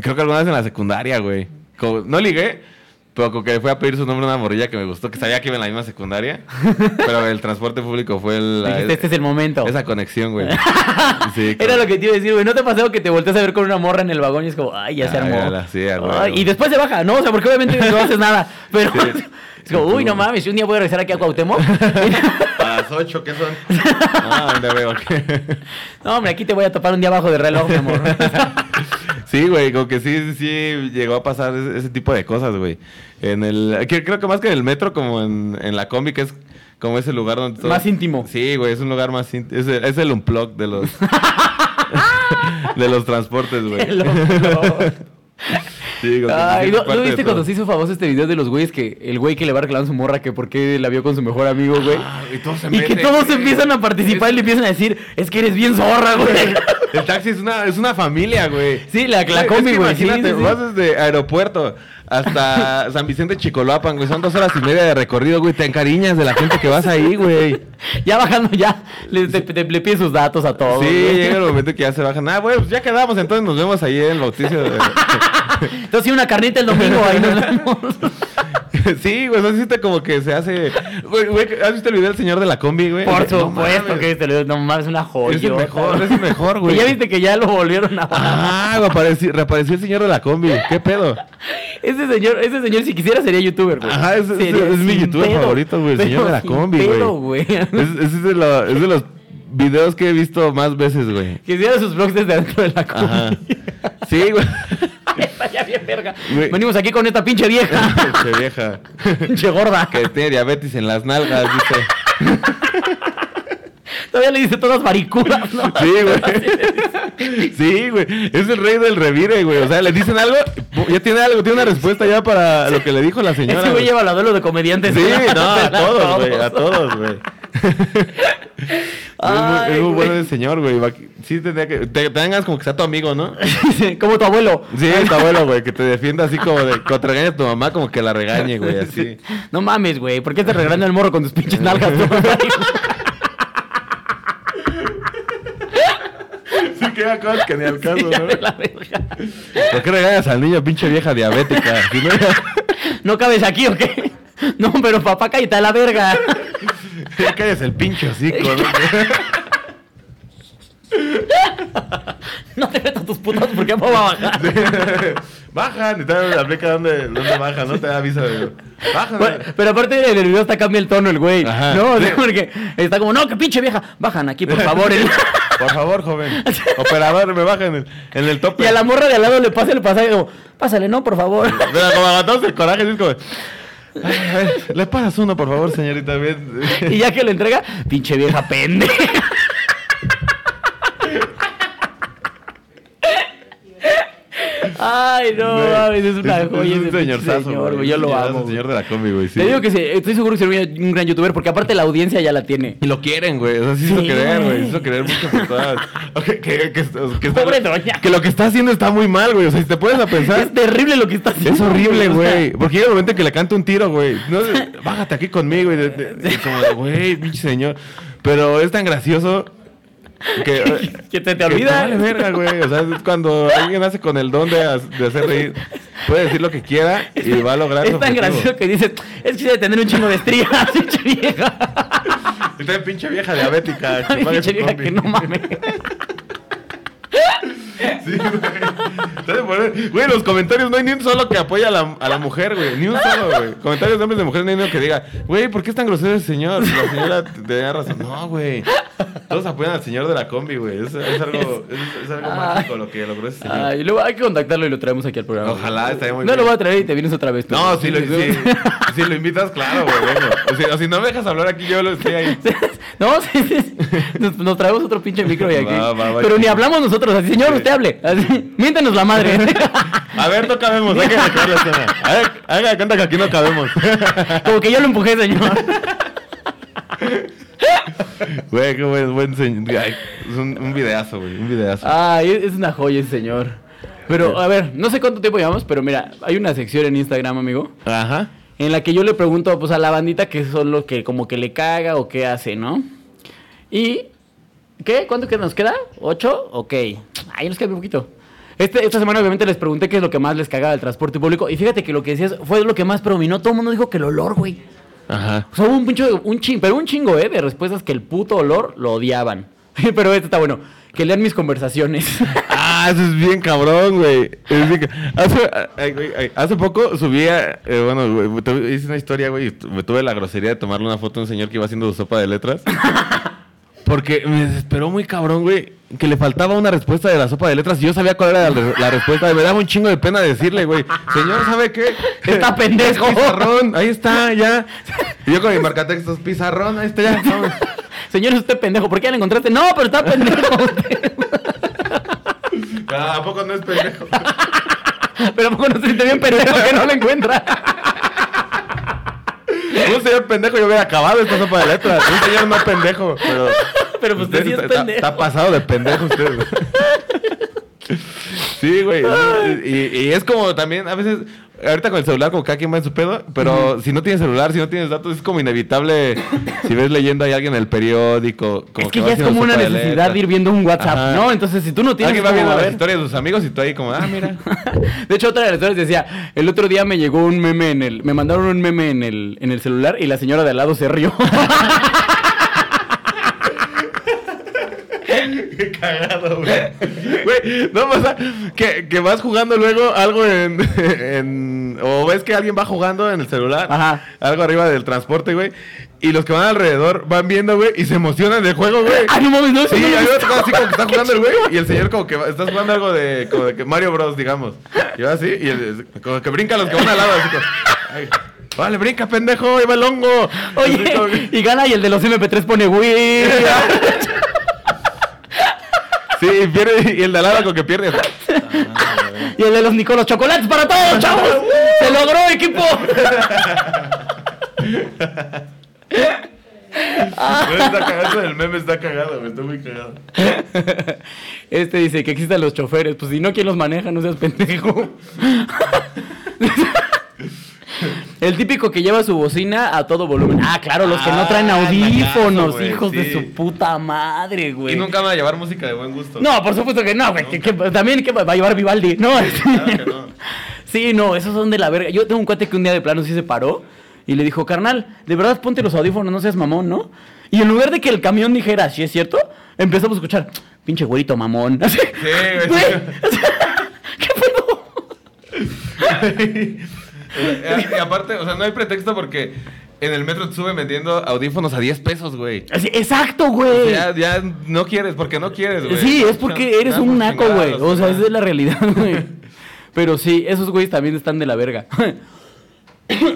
creo que alguna vez en la secundaria, güey. Como- no ligué, pero como que fui a pedir su nombre a una morrilla que me gustó. Que sabía que iba en la misma secundaria. pero el transporte público fue el, la-
Dijiste, este es el momento.
esa conexión, güey. Sí,
Era
como-
lo que te iba a decir, güey. ¿No te ha pasado que te volteas a ver con una morra en el vagón y es como, ay, ya se
Ay,
armó?
Ah, ya la- sí, ya, güey.
Ay, y después se baja, ¿no? O sea, porque obviamente no haces nada. Pero
Sí.
es como, uy, no mames, yo un día voy a regresar aquí a Cuauhtémoc.
A las 8, ¿qué son? Ah, ¿dónde veo?
no, hombre, aquí te voy a topar un día abajo de reloj, mi amor.
sí, güey, como que sí, sí, sí llegó a pasar ese, ese tipo de cosas, güey. En el, que- creo que más que en el metro, como en, en la combi, que es como ese lugar donde... todo-
Más íntimo.
Sí, güey, es un lugar más íntimo. Es, el- es el unplug de los... de los transportes, güey.
Qué loco.
Sí, como que sí,
Ay,
es
Ah, ¿no,
parte
¿no
de
viste
todo.
cuando se hizo famoso este video de los güeyes que el güey que le va reclamando a su morra que por qué la vio con su mejor amigo, güey?
Ah, y todos se
y que
meten,
todos
güey.
empiezan a participar y le empiezan a decir, es que eres bien zorra, güey.
El taxi es una, es una familia, güey.
Sí, la- la
Güey, es
combi,
que
güey, sí,
Imagínate,
sí, sí.
vas desde aeropuerto hasta San Vicente Chicoloapan, güey. Son dos horas y media de recorrido, güey. Te encariñas de la gente que vas ahí, güey.
ya bajando, ya le, te- te- le pide sus datos a todos.
Sí,
güey.
llega el momento que ya se bajan. Ah, güey, pues ya quedamos, entonces nos vemos ahí en el bautizo. de-
Entonces, sí, una carnita el domingo, ahí nos vemos.
sí, güey, así te como que se hace. Güey, güey, ¿has visto el video del señor de la combi, güey?
Por
No
supuesto
mames.
que este video, no mames, es una joya.
Es el mejor, es el mejor, güey.
Y ya viste que ya lo volvieron a
Ah, güey, apareci- reapareció el señor de la combi. ¿Qué pedo?
Ese señor, ese señor si quisiera sería youtuber, güey.
Ajá, es, es-
Sería
es mi
sin
youtuber
pedo,
favorito, güey. El
pero
señor de la
sin
combi,
pedo,
güey. Es, es de lo- es de los videos que he visto más veces, güey.
Que hiciera sus vlogs desde adentro de la combi.
Ajá. Sí, güey.
Vaya bien verga.
Güey.
Venimos aquí con esta pinche vieja,
Qué vieja.
pinche gorda.
Que tiene diabetes en las nalgas, dice.
Todavía le dice todas maricuras, ¿no?
Sí, güey. Sí, güey. Es el rey del revire, güey. O sea, le dicen algo, ya tiene algo, tiene una respuesta ya para lo que le dijo la señora.
Ese güey
güey.
lleva la duelo de comediantes.
Sí, no, a
Se la-
todos, güey. A todos, güey. Es muy-
Ay,
es muy,
güey.
bueno el señor, güey. Va- Sí, tendría que. Te tengas como que sea tu amigo, ¿no?
Como tu abuelo.
Sí, tu abuelo, güey, que te defienda así como de contra regaña a tu mamá, como que la regañe, güey, así.
No mames, güey. ¿Por qué te regalando el morro con tus pinches nalgas? tú?
Sí, que era cosas que ni al caso,
Ya de
¿no?
la verga.
¿Por qué regañas al niño, pinche vieja diabética? Si no-
¿No cabes aquí o qué? No, pero papá, cállate a la verga.
Ya calles el pinche hocico, ¿no?
No te metas tus putas porque no va a bajar.
Bajan, y te aplica donde, donde baja, ¿no? Te da aviso de. Bajan.
Bueno, pero aparte en el video hasta cambia el tono el güey.
Ajá.
No, o sea,
Sí.
porque está como, no, que pinche vieja. Bajan aquí, por favor. el-
Por favor, joven. Operador, me bajan en el, en el tope.
Y a la morra de al lado le pasa el pasaje como, pásale, no, por favor.
Pero como aguantamos el coraje, es como. "Ay, a ver, le pasas uno, por favor, señorita. Bien.
Y ya que lo entrega, pinche vieja pendeja. Ay, no,
Güey,
mames, es una
es- es
joya.
un
ese pinche
señorzazo,
señor,
güey,
güey, Yo
un
lo
señorazo,
amo.
un
güey.
señor de la combi, güey. Sí.
Te digo que sí, estoy seguro que sería un gran youtuber porque aparte la audiencia ya la tiene.
Y lo quieren, güey. O sea, sí,
Sí,
hizo creer, güey.
güey.
Se hizo creer mucho por todas. Ok, que, que- que- que está-
Pobre doña.
que lo que está haciendo está muy mal, güey. O sea, si te pones a pensar.
Es terrible lo que está haciendo.
Es horrible,
o sea,
güey. Porque llega el momento en que le canta un tiro, güey. No, bájate aquí conmigo. Y de- de- de- como, de, güey, pinche señor. Pero es tan gracioso que.
Que te, te olvida.
Que te vale verga, güey. O sea, es cuando alguien nace con el don de, ha- de hacer reír, puede decir lo que quiera y va a lograr. su
Es tan
objetivo.
gracioso que dices, es que debe tener un chingo de estrías, pinche vieja.
Y trae pinche vieja diabética.
Ay,
pague su
pinche vieja
combi.
que no mames.
Sí, güey. Te has de poner- Güey, en los comentarios no hay ni un solo que apoya a la, a la mujer, güey. Ni un solo, güey. Comentarios de hombres de mujeres no hay uno que diga, güey, ¿por qué es tan grosero ese señor? La señora tenía razón. No, güey. Todos apoyan al señor de la combi, güey. Es, es algo, es, es algo
Ay.
mágico lo que logró ese señor.
Ay, luego hay que contactarlo y lo traemos aquí al programa.
Ojalá, estaría muy
No
bien.
lo voy a traer y te vienes otra vez. tú.
No, si lo, si, si lo invitas, claro, güey. vengo. O si, o si no me dejas hablar aquí, yo lo estoy ahí.
No, sí, sí. Nos, nos traemos otro pinche micro y aquí.
Va, va, va,
Pero ni
chido.
hablamos nosotros, así, señor,
Sí.
usted hable. Así, miéntenos la madre.
A ver, no cabemos. Hay que recrear la escena. Haga- Haga de cuenta que aquí no cabemos.
Como que yo lo empujé, señor.
Güey, qué buen, buen señor. Ay, es un, un videazo, güey. Un videazo.
Ay, es es una joya ese señor. Pero, a ver, no sé cuánto tiempo llevamos, pero mira, hay una sección en Instagram, amigo,
Ah. Ajá.
en la que yo le pregunto pues, a la bandita que son los que como que le caga o qué hace, ¿no? Y, ¿qué? ¿Cuánto que nos queda? ¿Ocho? Ok. Ahí nos queda un poquito. Este, esta semana obviamente les pregunté qué es lo que más les cagaba del transporte público y fíjate que lo que decías fue lo que más predominó. Todo el mundo dijo que el olor, güey.
Ajá.
O sea, hubo un pincho, de- un ching, pero un chingo, ¿eh? De respuestas que el puto olor lo odiaban. Pero este está bueno. Que lean mis conversaciones.
Ah, eso es bien cabrón, güey. Es bien ca- Hace, ay, güey, ay, hace poco subía, eh, bueno, güey, tu- hice una historia, güey, y tu- me tuve la grosería de tomarle una foto a un señor que iba haciendo su sopa de letras. Porque me desesperó muy cabrón, güey, que le faltaba una respuesta de la sopa de letras y yo sabía cuál era la, re- la respuesta. Me daba un chingo de pena decirle, güey, señor, ¿sabe qué?
Está pendejo.
Es pizarrón, ahí está, ya. Y yo con mi marcatextos, pizarrón, ahí está, ya. vamos.
Señor, usted pendejo, ¿por qué ya lo encontraste? No, pero está pendejo.
Ah, ¿A poco no es pendejo?
pero ¿a poco no se siente bien pendejo que no lo encuentra.
Un señor pendejo yo hubiera acabado esta sopa de letras. Un señor más pendejo. Pero,
Pero pues usted sí es
está- está,
pendejo.
está pasado de pendejo usted. sí, güey. Y, y es como también, a veces, ahorita con el celular, como cada quien va en su pedo, pero si no tienes celular, si no tienes datos, es como inevitable. si ves leyendo ahí alguien en el periódico. Como
es que
va
ya es
haciendo
como una
sopa de
necesidad de ir
letras.
viendo un WhatsApp,
Ajá.
¿no? Entonces, si tú no tienes
Alguien va
como
viendo las
ver-
historias de sus amigos y tú ahí como, ah, mira.
De hecho, otra de las historias decía, el otro día me llegó un meme en el... Me mandaron un meme en el, en el celular y la señora de al lado se rió.
Qué cagado, güey. Güey, no pasa que, que vas jugando luego algo en, en- O ves que alguien va jugando en el celular.
Ajá.
Algo arriba del transporte, güey. Y los que van alrededor van viendo, güey, y se emocionan del juego, güey.
¡Ay, Ah, no mames! No, eso
Sí,
no lo
hay
he
otro
visto.
así como que está jugando el güey y el señor como que va- está jugando algo de, como de que Mario Bros, digamos. Y va así y el- como que brinca los que van al lado así como, ay, Vale, brinca, pendejo, ahí va el hongo. Así como
Oye,
que-
y gana y el de los MP3 pone Wii.
Sí, y pierde, y el de al lado con que pierde.
y el de los Nicolos Chocolates para todos, chavos. Se logró, equipo. Ah.
está cagado, el meme está cagado, güey, está muy cagado.
Este dice que existen los choferes. Pues si no, ¿quién los maneja? No seas pendejo. El típico que lleva su bocina a todo volumen. Ah, claro, los que no traen
Ah,
audífonos,
payaso, güey,
hijos de
sí.
su puta madre, güey.
Y nunca van a llevar música de buen gusto.
No, por supuesto que no, güey. que- que- también que va a llevar Vivaldi. No,
Claro
pues,
que no.
Sí, no, esos son de la verga. Yo tengo un cuate que un día de plano sí se paró y le dijo, carnal, de verdad ponte los audífonos, no seas mamón, ¿no? Y en lugar de que el camión dijera, sí es cierto, empezamos a escuchar, pinche güerito mamón. Así,
güey.
güey, o sea, ¿Qué pedo?
Eh, y aparte, o sea, no hay pretexto porque en el metro te sube vendiendo audífonos a 10 pesos, güey.
Así, Exacto, güey.
Ya, ya no quieres, porque no quieieres, güey.
Sí, es porque eres
Nada
un
por
naco,
chingar a
güey.
los
O sea,
demás.
esa es la realidad, güey. Pero sí, esos güeyes también están de la verga.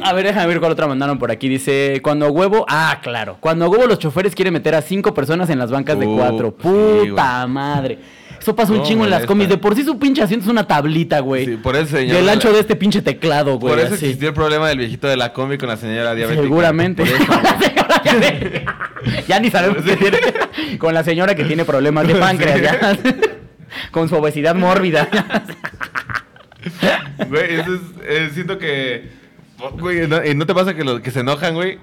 A ver, déjame ver cuál otra mandaron por aquí. Dice, cuando a huevo... Ah, claro. Cuando a huevo los choferes quieren meter a cinco personas en las bancas de
Uh,
cuatro.
sí, güey.
Puta madre. Eso pasa un
No,
chingo en las
molesta.
comis. De por sí su pinche asiento es una tablita, güey.
Sí, por eso,
Y
señor.
el ancho de este pinche teclado, güey.
Por eso
así.
existió el problema del viejito de la combi con la señora diabética.
Seguramente.
Por eso, güey.
ya ni sabemos qué tiene. Con la señora que tiene problemas de páncreas, ya. Con su obesidad mórbida.
Güey, eso es, eh, siento que... Güey, no, ¿y no te pasa que los que se enojan, güey?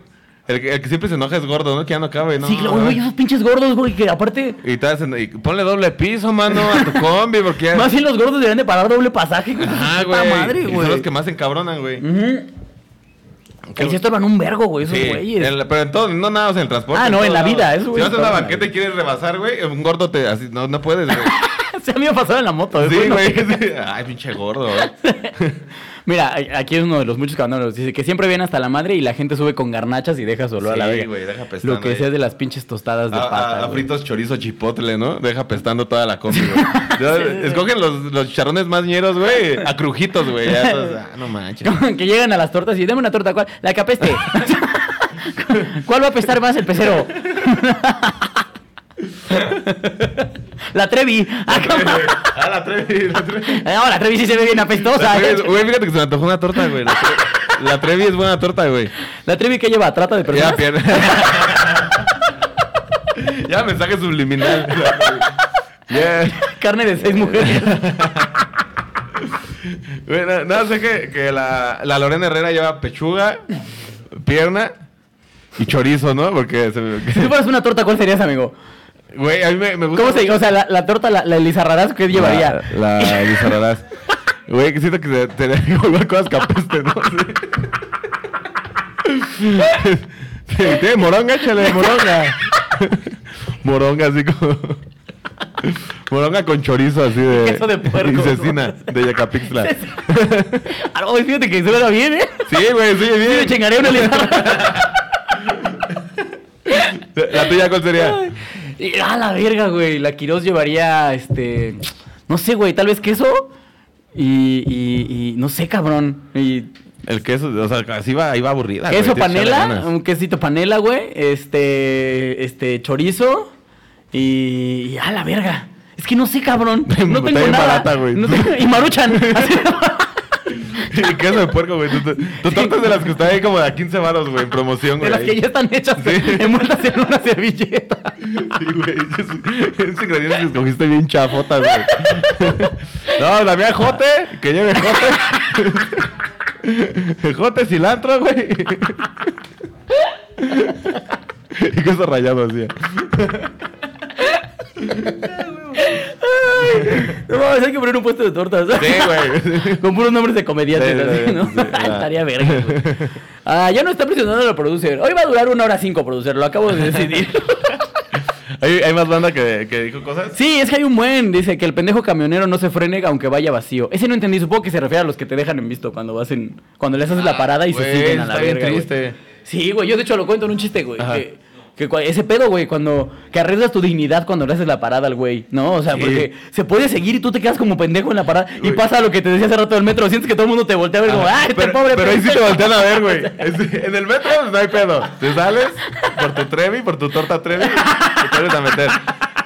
El, que- el que siempre se enoja es gordo, ¿no? Que ya no cabe, ¿no?
sí, claro, güey, esos pinches gordos, güey, que aparte.
Y, te hacen- y ponle doble piso, mano, a tu combi, porque ya...
Más bien los gordos deberían de parar doble pasaje, güey.
Ajá,
Puta
güey.
madre,
Y
güey.
son los que más se encabronan, güey.
Ujú. Que se estorban un vergo, güey, esos
Sí,
güeyes.
en la- pero en todo, no nada más en el transporte.
Ah, no, en la
todo
vida,
lado.
esos
Si
güeyes
vas a una
estaban
banqueta
ahí.
y quieres rebasar, güey, un gordo te... Así, no, no puedes, güey.
Se me ha pasado en la moto, eh,
sí,
bueno.
güey. sí. Ay, pinche gordo, ¿eh? güey.
Mira, a- aquí es uno de los muchos candados. Dice que siempre viene hasta la madre y la gente sube con garnachas y deja solo a la
Sí,
verga.
güey, deja pestando
Lo que
ahí.
decías de las pinches tostadas de
A,
pata.
a- a
güey.
fritos chorizo chipotle, ¿no? Deja pestando toda la comida, güey. Ya,
Sí, sí, sí.
Escogen los, los charrones más ñeros, güey. A crujitos, güey. Ya, esos, ah, no manches.
que llegan a las tortas y dame una torta, ¿cuál? La que apeste. ¿Cuál va a apestar más el pecero? la Trevi. Ah, cómo-
Ah, la Trevi, la Trevi.
No, la Trevi sí se ve bien
La
apestosa.
Trevi es- Güey, fíjate que se me antojó una torta, güey. La Trevi, la Trevi es buena torta, güey.
La Trevi que lleva trata de personas.
Ya pierde. ya mensaje subliminal. Yeah.
Carne de seis mujeres.
Bueno, no, sé que, que la, la Lorena Herrera lleva pechuga, pierna y chorizo, ¿no? Porque se me-
si tú fueras una torta, ¿cuál serías, amigo?
Güey, a mí me, me gusta.
¿Cómo se dice? O sea, la, la torta, la, la Elizarrarás, ¿qué llevaría?
La, la Elisa Raraz. Güey, que siento que se- te le igual cosas que apeste, ¿no? Sí. Sí, Tiene moronga, échale, moronga. moronga así como. moronga con chorizo así de.
Queso de puerco.
Y cecina de Yacapixtla.
Ah, no, fíjate que suena bien, ¿eh?
sí, güey, sí,
Sí, me
bien.
chingaré una Elizarrarás.
La tuya, ¿cuál sería?
Y- Ah, la verga, güey. La Quiroz llevaría, este. No sé, güey. Tal vez queso. Y, y, y no sé, cabrón. Y
El queso, o sea, así va, iba aburrida. Ah, güey,
queso
tienes que echarle
panela.
ganas.
Un quesito panela, güey. Este. Este, chorizo. Y. y, ah, la verga. Es que no sé, cabrón. No
Está
tengo
bien
nada.
barata, güey.
No tengo- Y maruchan. Así-
El queso de puerco, güey. Tú, tú tortas de las que está ahí como de a 15 varos, güey, en promoción,
De
güey.
las que ya están hechas,
Sí.
envueltas en una servilleta.
Sí, güey. esos- Esos ingredientes que escogiste bien chafotas, güey. No, la mía jote, que lleve jote. Jote, cilantro, güey. Y queso rallado así.
No mames, hay que poner un puesto de tortas.
Sí, güey.
Con puros nombres de comediantes,
Sí,
así,
sí,
¿no?
sí, sí, ah.
Estaría verga, güey. Ah, ya no está presionando el producer. Hoy va a durar una hora cinco, producer. Lo acabo de decidir.
Hay, hay más banda que, que dijo cosas.
sí, es que hay un buen. Dice que el pendejo camionero no se frene aunque vaya vacío. Ese no entendí. Supongo que se refiere a los que te dejan en visto cuando vas en... Cuando les haces la parada y se
Ah, Güey,
siguen a la
está bien
verga, güey.
triste.
Sí, güey. Yo, de hecho, lo cuento en un chiste, güey.
Ajá.
que Que cua- ese pedo, güey, cuando. Que arriesgas tu dignidad cuando le haces la parada al güey, ¿no? O sea,
Sí.
porque se puede seguir y tú te quedas como pendejo en la parada. Y
Güey.
pasa lo que te decía hace rato del metro. Sientes que todo el mundo te voltea a ver como, ¡ah, este
pero,
pobre
pero ahí sí te
pendejo!
voltean a ver, güey. Es- En el metro pues, no hay pedo. Te sales por tu trevi, por tu torta trevi, te vuelves a meter.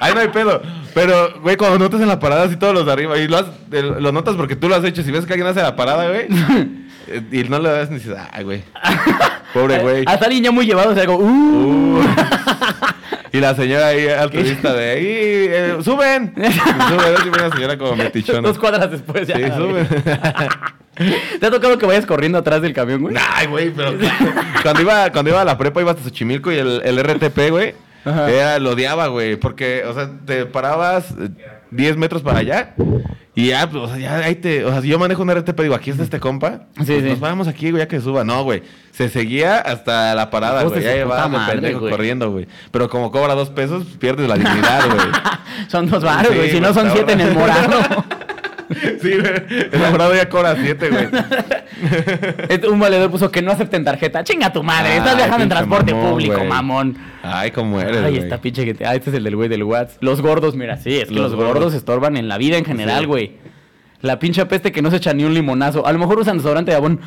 Ahí no hay pedo. Pero, güey, cuando notas en la parada así todos los de arriba, y lo, has- eh, lo notas porque tú lo has hecho, si ves que alguien hace la parada, güey, eh, y no le das ni dices, ah, güey. Pobre güey.
Hasta alguien ya muy llevado, o sea, como, ¡uh!
Uh. Y la señora ahí altruista de ahí, eh, suben. Y suben, así una señora como metichona.
Dos cuadras después ya.
Sí, suben.
¿Te ha tocado que vayas corriendo atrás del camión, güey?
Ay, güey, pero cuando iba, cuando iba a la prepa iba hasta Xochimilco y el, el RTP, güey,
Ajá.
era, lo odiaba, güey, porque, o sea, te parabas eh, 10 metros para allá y ya, pues, o sea, ya ahí te, o sea, si yo manejo un RTP, digo, aquí está este compa,
Sí,
pues,
sí.
nos vamos aquí, güey, ya que suba, no, güey, se seguía hasta la parada,
Hijos
güey,
de
ya
su puta
llevaba de
madre,
pendejo
güey.
corriendo, güey, pero como cobra dos pesos, pierdes la dignidad, güey.
Son dos baros,
Sí,
güey. si
güey,
no son
está
siete en el
ahorrando.
morado.
Sí, güey, el morado ya cobra siete, güey.
Este, Un valedor puso que no acepten tarjeta. Chinga tu madre, estás
Ay,
viajando en
Ah, pinche
transporte
mamón,
público,
güey.
mamón.
Ay, cómo eres,
Ay,
güey.
esta pinche que te... Ah, este es el del güey del Watts. Los gordos, mira, sí, es que los,
Los
gordos.
gordos.
estorban en la vida en general,
Sí.
güey. La pinche peste que no se echa ni un limonazo. A lo mejor usan desodorante de abón.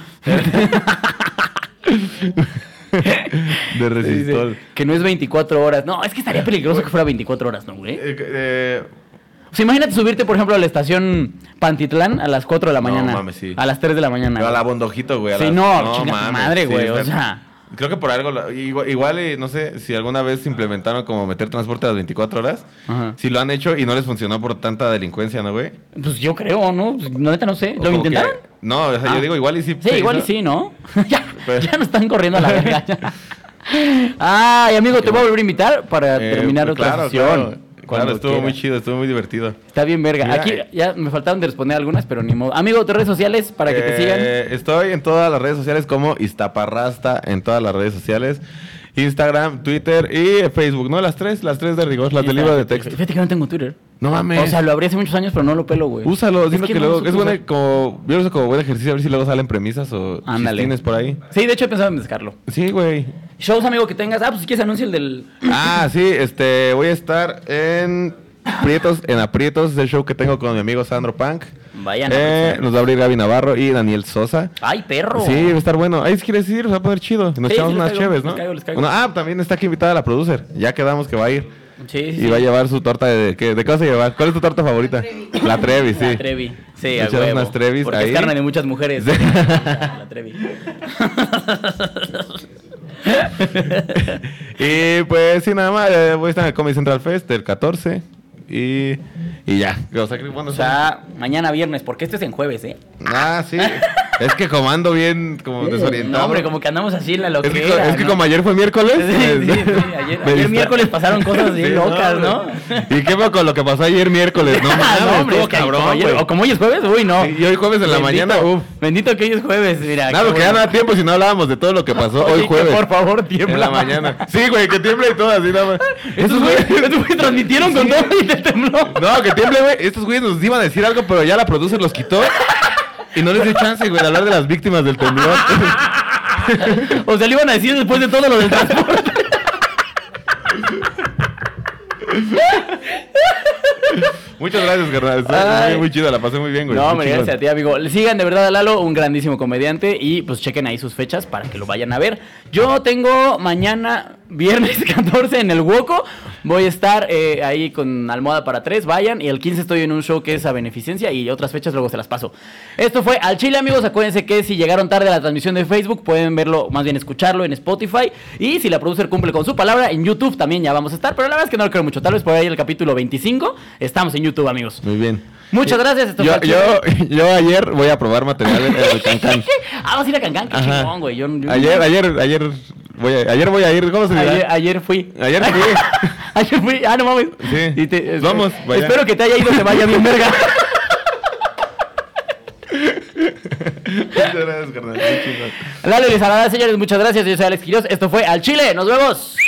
De resistol.
Dice, que no es 24 horas. No, es que estaría peligroso que fuera 24 horas, ¿no, güey?
Eh, eh,
O sea, imagínate subirte, por ejemplo, a la estación Pantitlán a las 4 de la
No,
mañana.
mames, sí.
A las 3 de la mañana.
pero a la
güey.
bondojito, güey. a
Sí,
las-
no, chinga tu madre, güey, o
está-
sea.
Creo que por algo, la- igual, igual, eh, no sé si alguna vez implementaron como meter transporte a las 24 horas.
Ajá.
Si lo han hecho y no les funcionó por tanta delincuencia, ¿no, güey?
Pues yo creo, ¿no? Pues, no, neta, no sé.
O
¿Lo
como
intentaron?
que- no, o sea,
Ah.
yo digo, igual y sí. Pues
Sí,
se
igual y
hizo.
sí, ¿no? ya,
Pero-
ya nos están corriendo a la verga. ya. Ay, amigo, te voy a volver a invitar para
Eh,
terminar
pues,
otra
claro,
sesión.
Claro, Claro,
Cuando
estuvo
quieras.
muy chido, estuvo muy divertido.
Está bien, verga.
Mira,
Aquí
eh,
ya me faltaron de responder algunas, pero ni modo. Amigo, tus redes sociales para que te
Eh,
sigan.
Estoy en todas las redes sociales como Iztaparrasta, en todas las redes sociales. Instagram, Twitter y Facebook, ¿no? Las tres, las tres de rigor, las del libro de texto.
Fíjate que no tengo Twitter.
No mames.
O sea, lo abrí hace muchos años, pero no lo pelo, güey.
Úsalo, siento
Es
que,
no
luego.
lo
Es
supe
bueno,
usar.
como. Yo lo sé como buena ejercicio, a ver si luego salen premisas o
Ándale.
tienes por ahí.
Sí, de hecho he pensado en descargarlo.
Sí, güey.
Shows, amigo, que tengas. Ah, pues si quieres anuncio el del.
Ah, sí, este. Voy a estar en. Prietos, en Aprietos, es el show que tengo con mi amigo Sandro Punk.
Vayan a
Eh,
ver.
nos va a abrir Gaby Navarro y Daniel Sosa.
pues, Ay, perro.
Sí, va a estar bueno. Ahí si quieres ir, se va a poner chido. Nos
Sí,
echamos
sí, les
unas
caigo,
chéves, ¿no?
les caigo, les caigo.
Bueno, ah, también está aquí invitada la producer. Ya quedamos que va a ir.
Sí, sí,
Y va a
sí.
llevar su torta de. ¿qué, ¿De qué vas a llevar? ¿Cuál es tu torta favorita?
Trevi.
La Trevi, sí.
La Trevi. Sí, a
Echar
huevo.
unas Trevis
Porque es
ahí.
carne de muchas mujeres.
Sí.
La Trevi.
Y pues sí, nada más, eh, voy a estar en el Comedy Central Fest el 14 y, y ya. O sea, que, bueno,
O
sí.
sea, mañana viernes, porque este es en jueves, ¿eh?
Ah, sí. es que como ando bien como desorientado.
No, hombre, como que andamos así en la
es
loquera.
que, co- es que
¿no?
como ayer fue miércoles.
Sí, sí,
pues,
sí, ayer-
me
ayer
distra-
miércoles pasaron cosas bien locas,
hombre.
¿no?
¿Y qué fue con lo que pasó ayer miércoles? No,
Ah,
mames,
no, hombre,
estuvo
es que
cabrón,
como ayer-
güey.
o como hoy es jueves, uy, no.
Sí, y hoy jueves en la mañana, uf.
Bendito que hoy es jueves, mira.
Nada,
qué
porque ya no
bueno.
da tiempo si no hablábamos de todo lo que pasó
Oye,
hoy
que
jueves.
Por favor, tiembla.
en la mañana. Sí, güey, que tiembla y todo así nada más.
Estos güeyes estos güeyes transmitieron con
Sí.
todo y te tembló.
No, que tiemble, güey. Estos güeyes nos iban a decir algo, pero ya la producer los quitó. Y no les dio chance, güey, de hablar de las víctimas del temblor.
O sea, le iban a decir después de todo lo del transporte.
Muchas gracias, carnal. Está
Ay.
muy, muy chida, la pasé muy bien, güey.
No,
Muy
me
chingón.
gracias a ti, amigo. Sigan de verdad a Lalo, un grandísimo comediante. Y pues chequen ahí sus fechas para que lo vayan a ver. Yo tengo mañana, viernes 14, en el Huoco. Voy a estar eh, ahí con Almohada para tres. Vayan. Y el 15 estoy en un show que es a beneficencia. Y otras fechas luego se las paso. Esto fue Al Chile, amigos. Acuérdense que si llegaron tarde a la transmisión de Facebook, pueden verlo, más bien escucharlo en Spotify. Y si la producer cumple con su palabra, en YouTube también ya vamos a estar. Pero la verdad es que no lo creo mucho. Tal vez por ahí el capítulo 25. Estamos en YouTube, amigos.
Muy bien.
Muchas gracias. esto fue
Yo,
Al Chile.
yo, yo ayer voy a probar material en el Cancán.
Ah, vamos a ir a Cancán, qué
Ajá.
chingón, güey. Yo, yo-
Ayer, ayer, ayer voy a, ayer voy a ir. ¿Cómo se dirá?
ayer, ayer fui.
Ayer fui.
ayer fui. Ah, no mames.
Sí.
Y te-
Vamos,
espero-
vaya.
Espero que te haya ido, te vaya bien, verga.
Muchas gracias, carnal. Muy chingón.
Lalo y Salada, señores, muchas gracias. Yo soy Alex Quiroz. Esto fue Al Chile. Nos vemos.